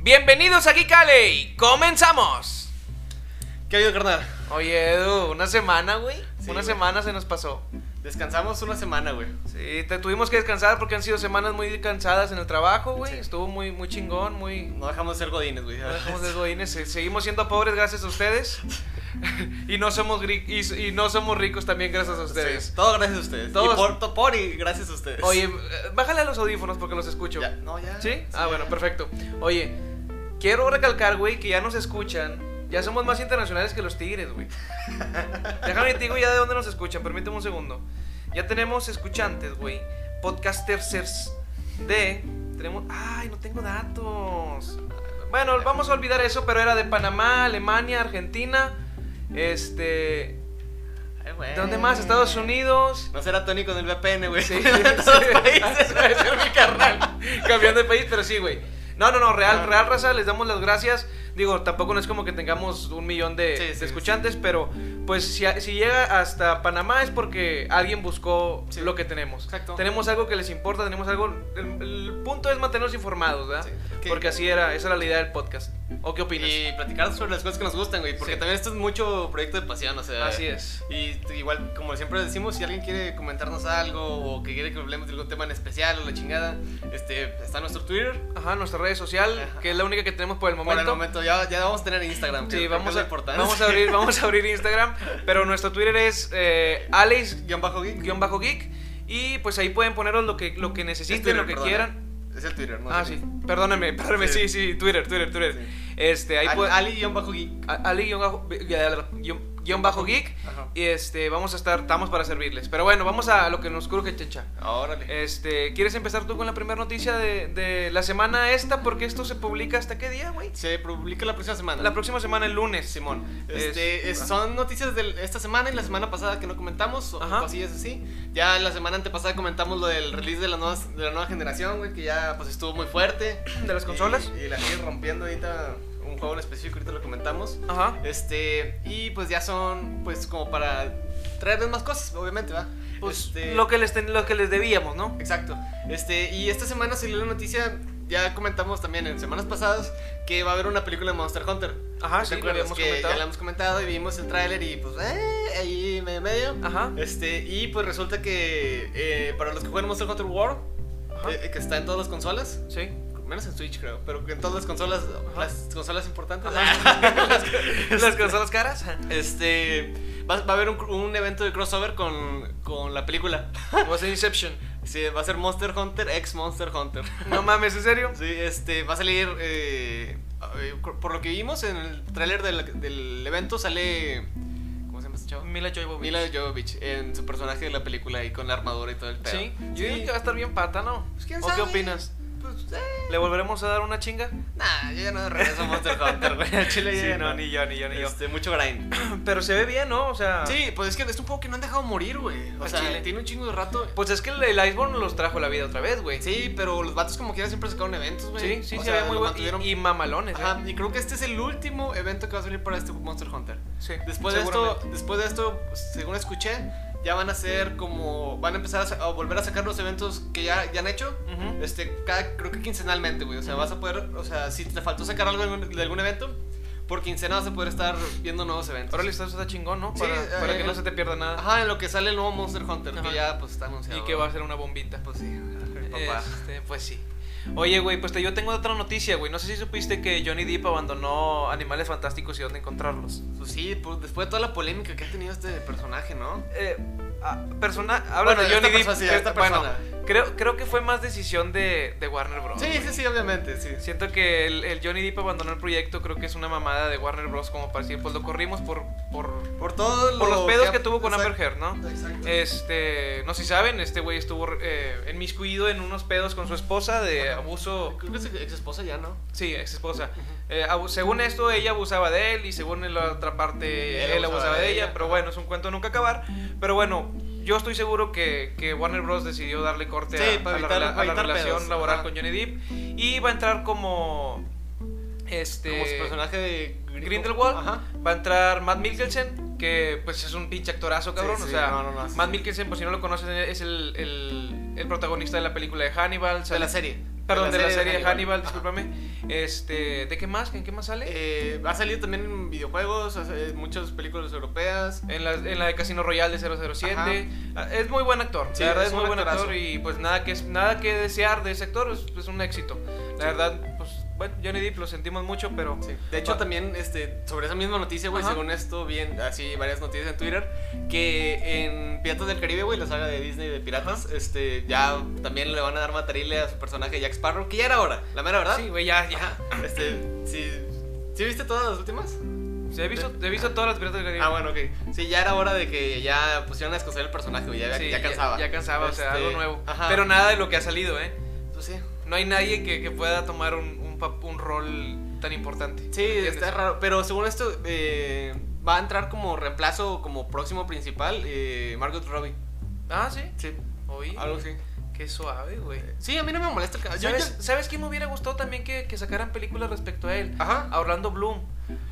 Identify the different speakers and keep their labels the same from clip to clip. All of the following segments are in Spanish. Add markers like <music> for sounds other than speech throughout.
Speaker 1: Bienvenidos a Geekale. Comenzamos.
Speaker 2: ¿Qué ha habido, carnal?
Speaker 1: Oye, Edu, una semana, güey.
Speaker 2: Sí,
Speaker 1: una
Speaker 2: güey.
Speaker 1: semana se nos pasó.
Speaker 2: Descansamos una semana, güey.
Speaker 1: Sí, te tuvimos que descansar porque han sido semanas muy cansadas en el trabajo, güey.
Speaker 2: Sí. Ah.
Speaker 1: Estuvo muy, muy chingón, muy.
Speaker 2: No dejamos de ser godines, güey.
Speaker 1: no dejamos
Speaker 2: <laughs>
Speaker 1: de godines, se- Seguimos siendo pobres gracias a ustedes. <laughs> y, no somos gri- y, y no somos ricos también gracias a ustedes.
Speaker 2: Sí, todo gracias a ustedes.
Speaker 1: Todos-
Speaker 2: Y por, to- por y gracias a ustedes.
Speaker 1: Oye, eh, bájale a los audífonos porque los escucho.
Speaker 2: Ya, no, ya.
Speaker 1: ¿Sí? Ah,
Speaker 2: ya.
Speaker 1: bueno, perfecto. Oye, quiero recalcar, güey, que ya nos escuchan. Ya somos más internacionales que los tigres, güey. <laughs> Déjame te digo ya de dónde nos escuchan. Permíteme un segundo. Ya tenemos escuchantes, güey. Podcasters de... Tenemos... Ay, no tengo datos. Bueno, vamos a olvidar eso, pero era de Panamá, Alemania, Argentina. Este...
Speaker 2: Ay, güey.
Speaker 1: ¿Dónde más? Estados Unidos.
Speaker 2: No será Tony con el VPN, güey. <laughs>
Speaker 1: Sí, Ah, sí.
Speaker 2: Todos los
Speaker 1: <laughs>
Speaker 2: países.
Speaker 1: Eso debe ser mi carnal. Cambiando de país, pero sí, güey. No, no, no,
Speaker 2: Ah.
Speaker 1: real, real raza, les damos las gracias. Digo, tampoco no es como que tengamos un millón de,
Speaker 2: Sí,
Speaker 1: de
Speaker 2: sí,
Speaker 1: escuchantes, pero pues si, a- si llega hasta Panamá es porque alguien buscó
Speaker 2: Sí.
Speaker 1: lo que tenemos.
Speaker 2: Exacto.
Speaker 1: Tenemos algo que les importa, tenemos algo... El, el punto es mantenernos informados, ¿verdad?
Speaker 2: Sí, que-
Speaker 1: Porque así era, esa era la idea del podcast. ¿O qué opinas?
Speaker 2: Y eh, platicar sobre las cosas que nos gustan, güey. Porque
Speaker 1: Sí.
Speaker 2: también esto es mucho proyecto de pasión, o sea.
Speaker 1: Así es.
Speaker 2: Y t- igual, como siempre decimos, si alguien quiere comentarnos algo o que quiere que hablemos de algún tema en especial o la chingada, este, está nuestro Twitter.
Speaker 1: Ajá, nuestra red social,
Speaker 2: Ajá.
Speaker 1: que es la única que tenemos por el
Speaker 2: Por el momento, ya, ya vamos a tener Instagram.
Speaker 1: Sí,
Speaker 2: tío, creo que es
Speaker 1: vamos
Speaker 2: lo
Speaker 1: a,
Speaker 2: importante.
Speaker 1: vamos a abrir, vamos a abrir Instagram, pero nuestro Twitter es eh, Alex
Speaker 2: <laughs> Guión bajo geek.
Speaker 1: guión bajo geek y pues ahí pueden poneros lo que lo que necesiten,
Speaker 2: Twitter,
Speaker 1: lo que
Speaker 2: perdona.
Speaker 1: quieran.
Speaker 2: Es el Twitter, ¿no?
Speaker 1: ah, sí. Perdónenme, perdónenme. Sí,
Speaker 2: Sí.
Speaker 1: sí, Twitter, Twitter, Twitter.
Speaker 2: Sí.
Speaker 1: Este, ahí
Speaker 2: Al-
Speaker 1: pueden
Speaker 2: Ali guión bajo geek.
Speaker 1: Ali guión bajo- guión- guión bajo geek
Speaker 2: Ajá.
Speaker 1: y este vamos a estar estamos para servirles. Pero bueno, vamos a lo que nos cruje, checha.
Speaker 2: Ah, Órale.
Speaker 1: Este, ¿quieres empezar tú con la primera noticia de, de la semana esta? Porque esto se publica hasta qué día, güey?
Speaker 2: Se publica la próxima semana.
Speaker 1: La próxima semana el lunes, Simón.
Speaker 2: Este,
Speaker 1: Es-
Speaker 2: es- son noticias de esta semana y la semana pasada que no comentamos, o
Speaker 1: Ajá.
Speaker 2: cosillas así. Ya la semana antepasada comentamos lo del release de la nueva, de la nueva generación, güey, que ya pues estuvo muy fuerte.
Speaker 1: ¿De las consolas?
Speaker 2: Y, y la sigue rompiendo ahorita un juego en específico, ahorita lo comentamos.
Speaker 1: Ajá.
Speaker 2: Este, y pues ya son, pues como para traerles más cosas, obviamente, ¿va?
Speaker 1: Pues
Speaker 2: Este,
Speaker 1: lo, que les ten- lo que les debíamos, ¿no?
Speaker 2: Exacto. Este, y esta semana salió la noticia, ya comentamos también en semanas pasadas, que va a haber una película de Monster Hunter.
Speaker 1: Ajá,
Speaker 2: ¿Te
Speaker 1: Ah, sí, lo
Speaker 2: acuerdas
Speaker 1: habíamos
Speaker 2: que
Speaker 1: comentado.
Speaker 2: Ya la hemos comentado y vimos el tráiler y pues, eh, ahí medio medio.
Speaker 1: Ajá.
Speaker 2: Este, y pues resulta que eh, para los que juegan Monster Hunter World,
Speaker 1: Ajá.
Speaker 2: eh, que está en todas las consolas,
Speaker 1: Sí.
Speaker 2: menos en Switch creo, pero que en todas las consolas, las consolas importantes,
Speaker 1: ¿Las consolas
Speaker 2: <laughs>
Speaker 1: caras?
Speaker 2: este, va, va a haber un, un evento de crossover con, con la película.
Speaker 1: O sea, Inception.
Speaker 2: Sí, va a ser Monster Hunter, ex Monster Hunter.
Speaker 1: No mames, ¿en serio?
Speaker 2: Sí, este, va a salir. eh, eh, por lo que vimos en el tráiler del, del evento, sale. ¿Cómo se llama este chavo?
Speaker 1: Mila Jovovich.
Speaker 2: Mila Jovovich en su personaje de la película y con la armadura y todo el pedo.
Speaker 1: Sí. Yo digo que va a estar bien pata, ¿no?
Speaker 2: Pues, ¿quién
Speaker 1: ¿O qué
Speaker 2: sabe?
Speaker 1: opinas?
Speaker 2: Pues, eh,
Speaker 1: ¿Le volveremos a dar una chinga?
Speaker 2: nah, yo ya no regreso a <laughs> Monster Hunter, güey. <laughs> al Chile
Speaker 1: Sí,
Speaker 2: ya
Speaker 1: no, ni yo, ni yo, ni yo.
Speaker 2: Este, mucho grind.
Speaker 1: Pero se ve bien, ¿no? O sea...
Speaker 2: Sí, pues es que es un juego que no han dejado morir, güey. O
Speaker 1: Al
Speaker 2: sea,
Speaker 1: chile.
Speaker 2: tiene un chingo de rato.
Speaker 1: Pues es que el, el Iceborne los trajo a la vida otra vez, güey.
Speaker 2: Sí, pero los vatos como quiera siempre sacaron eventos, güey.
Speaker 1: Sí, sí,
Speaker 2: O
Speaker 1: se ve
Speaker 2: sea,
Speaker 1: muy
Speaker 2: lo
Speaker 1: bueno.
Speaker 2: mantuvieron-
Speaker 1: Y, y mamalones, ¿eh?
Speaker 2: Ajá, y creo que este es el último evento que va a salir para este Monster Hunter.
Speaker 1: Sí,
Speaker 2: Después de esto,
Speaker 1: seguramente.
Speaker 2: después de esto, pues, según escuché, ya van a ser como van a empezar a, sa- a volver a sacar los eventos que ya, ya han hecho.
Speaker 1: Ujú.
Speaker 2: Este, cada, creo que quincenalmente, güey. O sea, vas a poder, o sea, si te faltó sacar algo de algún- de algún evento, por quincena vas a poder estar viendo nuevos eventos.
Speaker 1: Ahora listo, eso está chingón, ¿no?
Speaker 2: Sí,
Speaker 1: Para, para
Speaker 2: eh,
Speaker 1: que no se te pierda nada.
Speaker 2: Ajá, en lo que sale el nuevo Monster Hunter,
Speaker 1: Ajá.
Speaker 2: que ya pues está anunciado.
Speaker 1: Y que va a ser una bombita.
Speaker 2: Pues sí, papá.
Speaker 1: Este, pues sí. Oye, güey, pues te, yo tengo otra noticia, güey. No sé si supiste que Johnny Depp abandonó Animales Fantásticos y dónde encontrarlos.
Speaker 2: Pues sí, pues, después de toda la polémica que ha tenido este personaje, ¿no?
Speaker 1: Eh, ah, persona, habla
Speaker 2: Bueno,
Speaker 1: de
Speaker 2: esta
Speaker 1: Johnny Depp.
Speaker 2: persona, sí, esta
Speaker 1: eh, bueno,
Speaker 2: persona.
Speaker 1: creo, creo que fue más decisión de, de Warner Bros.
Speaker 2: Sí,
Speaker 1: güey.
Speaker 2: sí, sí, obviamente, sí.
Speaker 1: Siento que el, el Johnny Depp abandonó el proyecto. Creo que es una mamada de Warner Bros. Como para decir, pues lo corrimos por, por,
Speaker 2: Por todos
Speaker 1: por los pedos que, tuvo con Amber
Speaker 2: Amber
Speaker 1: Heard, ¿no? Este, no sé si saben, este güey estuvo eh, enmiscuido en unos pedos con su esposa de abuso.
Speaker 2: Creo que es ex esposa ya, ¿no?
Speaker 1: Sí, ex esposa. Eh, abu- según esto, ella abusaba de él y según la otra parte, él, abusaba, de ella. Pero bueno, es un cuento de nunca acabar. Pero bueno, yo estoy seguro que, que Warner Bros. decidió darle corte
Speaker 2: Sí,
Speaker 1: a,
Speaker 2: para
Speaker 1: a la,
Speaker 2: evitar-
Speaker 1: rela- a
Speaker 2: para
Speaker 1: la
Speaker 2: evitar
Speaker 1: relación
Speaker 2: pedos.
Speaker 1: laboral
Speaker 2: Ajá.
Speaker 1: con Johnny Depp y va a entrar como. Este.
Speaker 2: Como su personaje de
Speaker 1: Grindelwald.
Speaker 2: Ajá.
Speaker 1: Va a entrar Matt Mikkelsen, que pues es un pinche actorazo, cabrón.
Speaker 2: sí,
Speaker 1: o sea,
Speaker 2: no, no, no, sí,
Speaker 1: Matt
Speaker 2: sí.
Speaker 1: Mikkelsen, por si no lo conocen, es el, el, el protagonista de la película de Hannibal.
Speaker 2: De
Speaker 1: sale-
Speaker 2: la serie.
Speaker 1: Perdón, de la serie de Hannibal,
Speaker 2: Ajá.
Speaker 1: discúlpame. Este, ¿De qué más? ¿En qué más sale?
Speaker 2: Eh, ha salido también en videojuegos, hace- en muchas películas europeas.
Speaker 1: En la, en la de Casino Royale de 007. Ah, Es muy buen actor.
Speaker 2: Sí,
Speaker 1: la verdad
Speaker 2: es
Speaker 1: es,
Speaker 2: un
Speaker 1: muy buen
Speaker 2: actorazo.
Speaker 1: actor y pues nada que, es- nada que desear de ese actor. Es, es un éxito. La verdad, pues bueno, Johnny Depp lo sentimos mucho, pero...
Speaker 2: Sí. De hecho,
Speaker 1: Ah.
Speaker 2: también este, sobre esa misma noticia, güey,
Speaker 1: Ajá.
Speaker 2: según esto, vi en- así varias noticias en Twitter, que en Piratas del Caribe, güey, la saga de Disney de piratas, este, ya también le van a dar matarile a su personaje Jack Sparrow, que ya era hora, la mera verdad.
Speaker 1: Sí, güey, ya, ya.
Speaker 2: Este, sí, ¿sí viste todas las últimas?
Speaker 1: Sí, he, visto, he visto todas las piratas del Caribe.
Speaker 2: Ah, bueno, ok. Sí, ya era hora de que ya pusieran a escocer el personaje, güey, ya,
Speaker 1: Sí,
Speaker 2: ya cansaba.
Speaker 1: Ya, cansaba, o sea,
Speaker 2: Este,
Speaker 1: algo nuevo.
Speaker 2: Ajá.
Speaker 1: Pero nada de lo que ha salido, ¿eh?
Speaker 2: Pues sí.
Speaker 1: No hay nadie que, que pueda tomar un, un, pap- un rol tan importante.
Speaker 2: Sí,
Speaker 1: ¿Entiendes?
Speaker 2: está raro. Pero según esto, eh, va a entrar como reemplazo, como próximo principal, eh, Margot Robbie.
Speaker 1: Ah, sí.
Speaker 2: Sí,
Speaker 1: Oí.
Speaker 2: algo así.
Speaker 1: Qué suave, güey.
Speaker 2: Sí, a mí no me molesta el ca- yo-
Speaker 1: ¿Sabes,
Speaker 2: yo-
Speaker 1: ¿Sabes quién me hubiera gustado también que, que sacaran películas respecto a él?
Speaker 2: Ajá.
Speaker 1: A Orlando Bloom.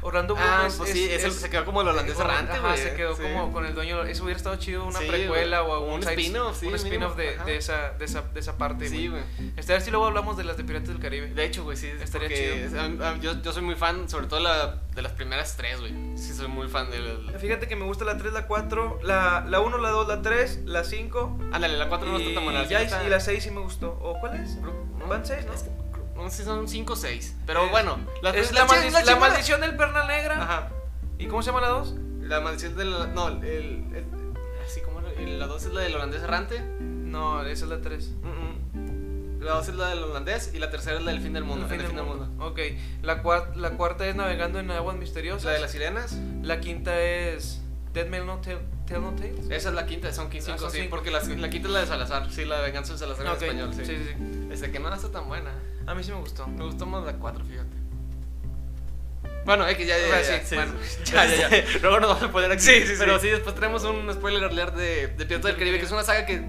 Speaker 1: Orlando Bloom
Speaker 2: Ah,
Speaker 1: es,
Speaker 2: pues sí,
Speaker 1: es-
Speaker 2: es el-
Speaker 1: es-
Speaker 2: se quedó como el holandés
Speaker 1: Ajá,
Speaker 2: errante, güey. eh,
Speaker 1: se quedó
Speaker 2: Sí.
Speaker 1: como con el dueño. Eso hubiera estado chido una
Speaker 2: Sí,
Speaker 1: precuela
Speaker 2: güey.
Speaker 1: o un,
Speaker 2: Un
Speaker 1: side-
Speaker 2: spin-off, sí,
Speaker 1: un spin-off
Speaker 2: mínimo.
Speaker 1: de,
Speaker 2: Ajá.
Speaker 1: de esa, de, esa, de esa parte,
Speaker 2: Sí,
Speaker 1: güey.
Speaker 2: güey.
Speaker 1: Este, a ver si luego hablamos de las de Piratas del Caribe.
Speaker 2: De hecho, güey, sí.
Speaker 1: Estaría
Speaker 2: porque
Speaker 1: chido.
Speaker 2: es- a- a- yo, yo soy muy fan, sobre todo la- de las primeras tres, güey. Sí, soy muy fan de. la-
Speaker 1: Fíjate que me gusta la 3, la 4, la, la 1, la 2, la 3, la 5.
Speaker 2: Ándale, la cuatro no está tan mala.
Speaker 1: y,
Speaker 2: sí
Speaker 1: ya,
Speaker 2: está-
Speaker 1: y la 6 sí me gustó. ¿O cuál es?
Speaker 2: No,
Speaker 1: Van seis, ¿no?
Speaker 2: es que- No sé si son 5 o 6. Pero
Speaker 1: Es-
Speaker 2: bueno, las-
Speaker 1: es la,
Speaker 2: las
Speaker 1: maldi-
Speaker 2: chidas-
Speaker 1: la
Speaker 2: las chidas-
Speaker 1: maldición del Perna Negra.
Speaker 2: Ajá.
Speaker 1: ¿Y cómo se llama la 2?
Speaker 2: La maldición de la. No, el. el- así como. el- La 2 es la del holandés errante.
Speaker 1: No, esa es la 3.
Speaker 2: Mm, mm. La 2 es la del holandés. Y la tercera es la del fin del mundo.
Speaker 1: El
Speaker 2: el del fin del mundo.
Speaker 1: Ok. La, cuar- la cuarta es Navegando en Aguas
Speaker 2: La
Speaker 1: Misteriosas.
Speaker 2: de las sirenas.
Speaker 1: La quinta es Dead Mail No Tell, Tell No Tales.
Speaker 2: Esa es la quinta, son 15
Speaker 1: Ah, son
Speaker 2: sí,
Speaker 1: cinco.
Speaker 2: porque la, la quinta es la de Salazar, sí, la de venganza de Salazar
Speaker 1: Ok,
Speaker 2: en español, sí.
Speaker 1: sí, sí, sí.
Speaker 2: Este, que no está tan buena.
Speaker 1: A mí sí me gustó.
Speaker 2: Me gustó más la 4, fíjate. Bueno, X, ya, ya,
Speaker 1: Ah,
Speaker 2: ya,
Speaker 1: sí,
Speaker 2: ya, sí,
Speaker 1: bueno.
Speaker 2: sí. ya, ya, ya. <laughs> Luego nos vamos a poner aquí.
Speaker 1: Sí, sí, sí.
Speaker 2: Pero sí, después traemos un spoiler alert de, de Piratas del Caribe, que es una saga que... eh,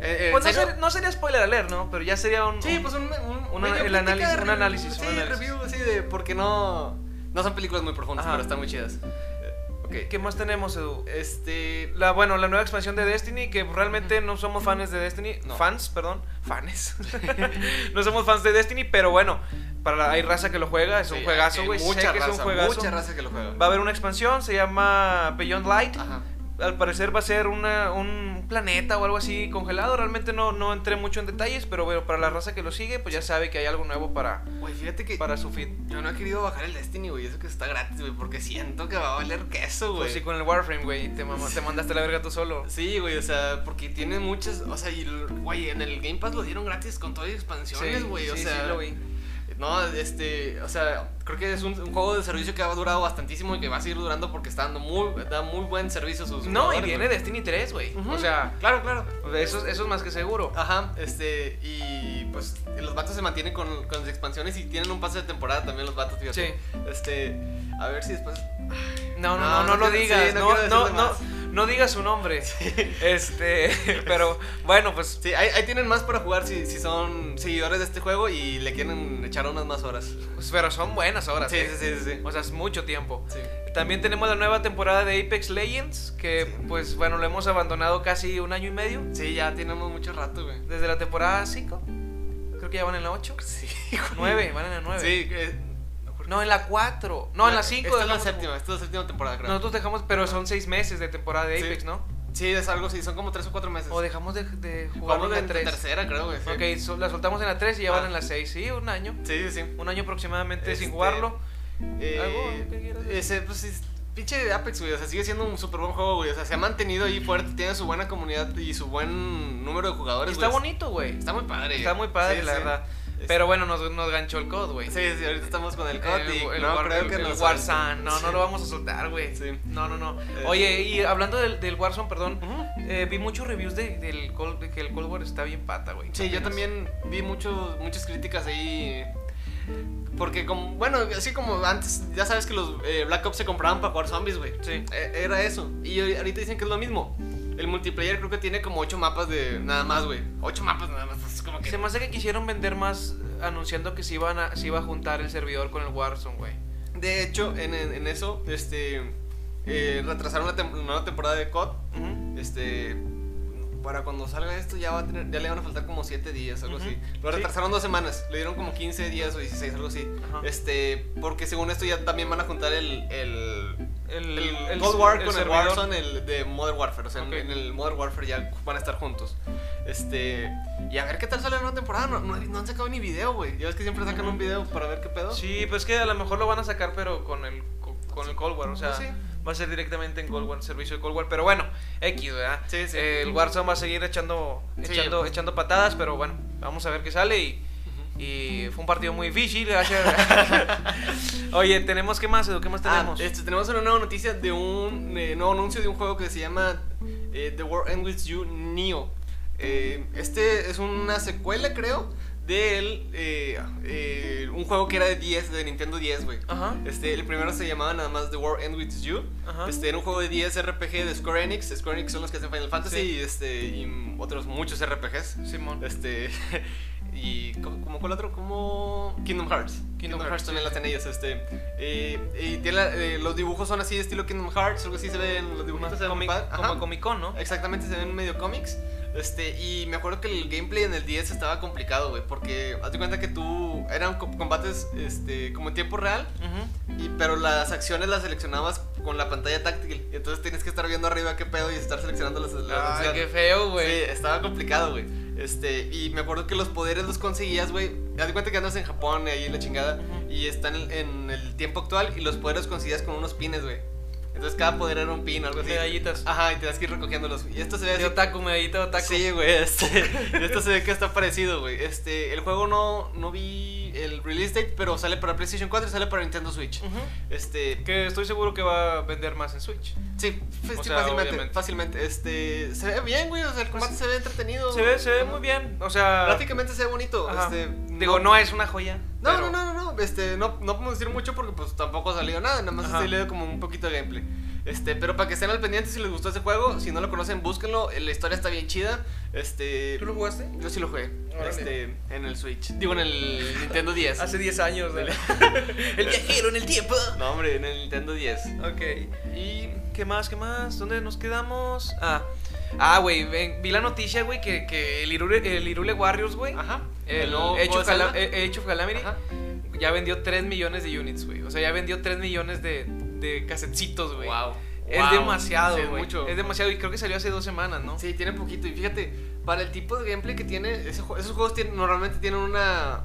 Speaker 2: eh,
Speaker 1: Pues no,
Speaker 2: en serio-
Speaker 1: ser- no sería spoiler alert, ¿no? Pero ya sería un.
Speaker 2: Sí, pues un, un,
Speaker 1: Una-
Speaker 2: medio
Speaker 1: el
Speaker 2: crítica,
Speaker 1: análisis, un
Speaker 2: review,
Speaker 1: análisis,
Speaker 2: Sí,
Speaker 1: un análisis.
Speaker 2: review, así de... Porque no... No son películas muy profundas,
Speaker 1: Ajá.
Speaker 2: pero están muy chidas. Eh,
Speaker 1: ¿Qué más tenemos, Edu?
Speaker 2: Ok. Este...
Speaker 1: La, bueno, la nueva expansión de Destiny, que realmente no somos fans de Destiny,
Speaker 2: No.
Speaker 1: fans, perdón, fans. <laughs> no somos fans de Destiny, pero bueno, para la- hay raza que lo juega, es un
Speaker 2: sí,
Speaker 1: juegazo,
Speaker 2: hay
Speaker 1: güey, sé
Speaker 2: Mucha
Speaker 1: que es un
Speaker 2: raza,
Speaker 1: juegazo.
Speaker 2: mucha raza que lo juega.
Speaker 1: Va a haber una expansión, se llama Beyond Light.
Speaker 2: Ajá.
Speaker 1: Al parecer va a ser una, un planeta o algo así congelado. Realmente no, no entré mucho en detalles, pero bueno, para la raza que lo sigue, pues ya sabe que hay algo nuevo para,
Speaker 2: Güey, fíjate que
Speaker 1: para su feed.
Speaker 2: yo no he querido bajar el Destiny, güey. Eso que está gratis, güey. Porque siento que va a valer queso, güey.
Speaker 1: Pues sí, con el Warframe, güey, te, mama- te mandaste la verga tú solo.
Speaker 2: Sí, güey, o sea, porque tiene muchas. O sea, y, l- güey, en el Game Pass lo dieron gratis con todas las expansiones, güey. o
Speaker 1: sí,
Speaker 2: sea,
Speaker 1: sí, lo vi.
Speaker 2: no, este. O sea, creo que es un, un juego de servicio que ha durado bastantísimo y que va a seguir durando porque está dando muy, da muy buen servicio a
Speaker 1: No,
Speaker 2: sus.
Speaker 1: y
Speaker 2: jugadores,
Speaker 1: viene
Speaker 2: güey.
Speaker 1: Destiny 3, güey.
Speaker 2: Ujú. Ah,
Speaker 1: O sea,
Speaker 2: Claro, claro.
Speaker 1: Eso, es- eso es más que seguro.
Speaker 2: Ajá, este, y pues los vatos se mantienen con, con las expansiones y tienen un pase de temporada también los vatos, fíjate.
Speaker 1: Sí.
Speaker 2: Este, a ver si después...
Speaker 1: No, no, no,
Speaker 2: No,
Speaker 1: no,
Speaker 2: no
Speaker 1: lo
Speaker 2: quiero-
Speaker 1: digas.
Speaker 2: sí, no
Speaker 1: no,
Speaker 2: quiero
Speaker 1: no,
Speaker 2: decirle
Speaker 1: no,
Speaker 2: más.
Speaker 1: no digas su nombre. Este, <laughs> pero bueno, pues
Speaker 2: Sí, ahí, ahí tienen más para jugar si, si son seguidores de este juego y le quieren echar unas más horas. Sí,
Speaker 1: pues, pero son buenas horas.
Speaker 2: sí,
Speaker 1: ¿eh?
Speaker 2: sí, sí. sí.
Speaker 1: O sea, es mucho tiempo.
Speaker 2: Sí.
Speaker 1: También tenemos la nueva temporada de Apex Legends, que
Speaker 2: Sí.
Speaker 1: pues bueno, lo hemos abandonado casi un año y medio.
Speaker 2: Sí, ya tenemos mucho rato, güey.
Speaker 1: Desde la temporada 5. Creo que ya van en la 8.
Speaker 2: Sí, güey.
Speaker 1: 9, van en la 9.
Speaker 2: Sí, eh, porque-
Speaker 1: No, en la 4. No, en la 5.
Speaker 2: Esta es la séptima, esta es la séptima temporada, creo.
Speaker 1: Nosotros dejamos, pero son 6 meses de temporada de
Speaker 2: Sí.
Speaker 1: Apex, ¿no?
Speaker 2: Sí, es algo así, son como tres o cuatro meses.
Speaker 1: O dejamos de, de jugar
Speaker 2: Jugamos
Speaker 1: en
Speaker 2: en
Speaker 1: la 3.
Speaker 2: tercera, creo, güey. sí.
Speaker 1: Ok, so- la soltamos en la 3 y ya van
Speaker 2: Ah.
Speaker 1: en la 6. Sí, un año.
Speaker 2: Sí, sí, sí.
Speaker 1: Un año aproximadamente sin
Speaker 2: Este,
Speaker 1: jugarlo.
Speaker 2: Eh,
Speaker 1: ¿Algo que quieras decir?
Speaker 2: ese, pues, es- pinche Apex, güey. O sea, sigue siendo un súper buen juego, güey. O sea, se ha mantenido ahí fuerte. Tiene su buena comunidad y su buen número de
Speaker 1: Y
Speaker 2: jugadores,
Speaker 1: está
Speaker 2: güey.
Speaker 1: bonito, güey.
Speaker 2: Está muy padre.
Speaker 1: Está muy padre,
Speaker 2: Sí,
Speaker 1: la
Speaker 2: sí.
Speaker 1: verdad.
Speaker 2: Es-
Speaker 1: Pero bueno, nos, nos ganchó el COD, güey.
Speaker 2: Sí, sí, ahorita estamos con el
Speaker 1: El,
Speaker 2: COD y
Speaker 1: el
Speaker 2: no
Speaker 1: War-
Speaker 2: creo que
Speaker 1: el
Speaker 2: nos-
Speaker 1: Warzone, no, no
Speaker 2: Sí.
Speaker 1: lo vamos a soltar, güey.
Speaker 2: Sí.
Speaker 1: No, no, no.
Speaker 2: Eh.
Speaker 1: Oye, y hablando del, del Warzone, perdón,
Speaker 2: Ujú.
Speaker 1: eh, vi muchos reviews de, del Cold, de que el Cold War está bien pata, güey.
Speaker 2: Sí, yo
Speaker 1: Apenas.
Speaker 2: también vi muchos muchas críticas ahí. Porque, como, bueno, así como antes, ya sabes que los eh, Black Ops se compraban para jugar zombies, güey.
Speaker 1: Sí.
Speaker 2: E- Era eso. Y ahori- ahorita dicen que es lo mismo. El multiplayer creo que tiene como 8 mapas de nada más, güey. 8 mapas nada más. Es como que.
Speaker 1: Se me hace que quisieron vender más eh, anunciando que se, iban a, se iba a juntar el servidor con el Warzone, güey.
Speaker 2: De hecho, en, en- en eso, este. eh, retrasaron la tem- nueva temporada de COD.
Speaker 1: Ujú.
Speaker 2: Este. para cuando salga esto ya va a tener, ya le van a faltar como 7 días, algo
Speaker 1: Ujú.
Speaker 2: así. Lo
Speaker 1: Sí.
Speaker 2: retrasaron dos semanas, le dieron como 15 días o 16, algo así.
Speaker 1: Ajá.
Speaker 2: Este, porque según esto ya también van a juntar el, el,
Speaker 1: El,
Speaker 2: el,
Speaker 1: el-
Speaker 2: Cold War
Speaker 1: el
Speaker 2: con el,
Speaker 1: servidor.
Speaker 2: Warzone el de Modern Warfare. O sea, en-
Speaker 1: Ok.
Speaker 2: en el Modern Warfare ya van a estar juntos. Este. Y a ver qué tal sale la nueva temporada. No, no- no han sacado ni video, güey. Ya ves que siempre sacan
Speaker 1: Ujú.
Speaker 2: un video para ver qué pedo.
Speaker 1: Sí, pues que a lo mejor lo van a sacar, pero con el, co- con el Cold War. O sea,
Speaker 2: Sí.
Speaker 1: va a ser directamente en Cold War, servicio de Cold War. Pero bueno, X, ¿verdad?
Speaker 2: Sí, sí.
Speaker 1: Eh, el Warzone va a seguir echando,
Speaker 2: Sí. pues.
Speaker 1: echando, echando patadas, pero bueno, vamos a ver qué sale. Y,
Speaker 2: Ujú.
Speaker 1: y fue un partido muy difícil.
Speaker 2: <laughs>
Speaker 1: gracias. Oye, ¿tenemos qué más, Edu? ¿Qué más tenemos?
Speaker 2: Ah, este, tenemos una nueva noticia de un eh, nuevo anuncio de un juego que se llama eh, The World Ends With You Neo. Eh, este es una secuela, creo, del eh, eh, un juego que era de 10, de Nintendo 10, güey.
Speaker 1: Ajá.
Speaker 2: Este, el primero se llamaba nada más The War Ends With You.
Speaker 1: Ajá.
Speaker 2: Este, era un juego de 10 RPG de Square Enix. Square Enix son los que hacen Final Fantasy
Speaker 1: Sí.
Speaker 2: y, este, y otros muchos RPGs.
Speaker 1: Simón.
Speaker 2: Este, <laughs> y como, como cuál otro, como Kingdom Hearts. Kingdom, Hearts,
Speaker 1: Hearts,
Speaker 2: también
Speaker 1: sí,
Speaker 2: la tienen ellos. Este, eh, y tiene la- eh, los dibujos son así, estilo Kingdom Hearts, algo así se ven los dibujitos.
Speaker 1: Más
Speaker 2: se ven
Speaker 1: comic-
Speaker 2: padre. Ajá.
Speaker 1: como Comic Con, ¿no?
Speaker 2: Exactamente, se ven medio cómics. Este, y me acuerdo que el gameplay en el 10 estaba complicado, güey, porque haz de cuenta que tú eran co- combates este, como en tiempo real,
Speaker 1: Ujú.
Speaker 2: y, pero las acciones las seleccionabas con la pantalla táctil. Y entonces tienes que estar viendo arriba qué pedo y estar seleccionando las, las
Speaker 1: Ay,
Speaker 2: acciones.
Speaker 1: Ah, qué feo, güey.
Speaker 2: Ah, Sí, estaba complicado, güey. Este, y me acuerdo que los poderes los conseguías, güey. Haz de cuenta que andas en Japón, ahí en la chingada.
Speaker 1: Ujú.
Speaker 2: Y están en, en el tiempo actual y los poderes los conseguías con unos pines, güey. Entonces cada poder era un pin o algo así.
Speaker 1: Medallitas.
Speaker 2: Ajá, y tenías que ir recogiéndolos. Y esto se ve así.
Speaker 1: De otaku, medallita de otaku.
Speaker 2: Ah, Sí, güey, este, esto se ve que está parecido, güey. Este, el juego no, no vi el release date, pero sale para PlayStation 4 y sale para Nintendo Switch.
Speaker 1: Ujú.
Speaker 2: Este,
Speaker 1: Que estoy seguro que va a vender más en Switch.
Speaker 2: sí,
Speaker 1: O
Speaker 2: sí,
Speaker 1: sea,
Speaker 2: fácilmente,
Speaker 1: obviamente. Pues,
Speaker 2: fácilmente. Este, se ve bien, güey, o sea, el combate se ve entretenido.
Speaker 1: Se ve, se ve
Speaker 2: Ajá.
Speaker 1: muy bien. O sea.
Speaker 2: Prácticamente se ve bonito.
Speaker 1: ajá.
Speaker 2: Este,
Speaker 1: Digo, no es una joya.
Speaker 2: No,
Speaker 1: pero-
Speaker 2: no, no, no, no, Este, no, no podemos decir mucho porque pues tampoco ha salido nada. Nada más
Speaker 1: Ajá.
Speaker 2: estoy leyendo como un poquito de gameplay. Este, pero para que estén al pendiente si les gustó ese juego, si no lo conocen, búsquenlo. eh, La historia está bien chida. Este,
Speaker 1: ¿Tú lo jugaste?
Speaker 2: yo sí lo jugué.
Speaker 1: Órale. Ah,
Speaker 2: Este, en el Switch. Digo, en el Nintendo
Speaker 1: <laughs>
Speaker 2: 10.
Speaker 1: Hace 10 años, dale. El viajero en el tiempo.
Speaker 2: No, hombre, en el Nintendo 10.
Speaker 1: Ok. ¿Y qué más? ¿Qué más? ¿Dónde nos quedamos? Ah. Ah, güey, ven, vi la noticia, güey, que, que el, Irule, el Irule Warriors, güey,
Speaker 2: Ajá. Eh,
Speaker 1: el
Speaker 2: nuevo
Speaker 1: Age
Speaker 2: juego
Speaker 1: of
Speaker 2: de
Speaker 1: Cala-
Speaker 2: Zelda.
Speaker 1: eh, Age of Calamity,
Speaker 2: Ajá.
Speaker 1: ya vendió 3 millones de units, güey. O sea, ya vendió 3 millones de, de casetcitos, güey.
Speaker 2: Wow.
Speaker 1: Es
Speaker 2: Wow.
Speaker 1: demasiado,
Speaker 2: Sí,
Speaker 1: güey.
Speaker 2: mucho.
Speaker 1: Es demasiado, y creo que salió hace dos semanas, ¿no?
Speaker 2: Sí, tiene poquito. Y fíjate, para el tipo de gameplay que tiene, ese jue- esos juegos tienen, normalmente tienen una,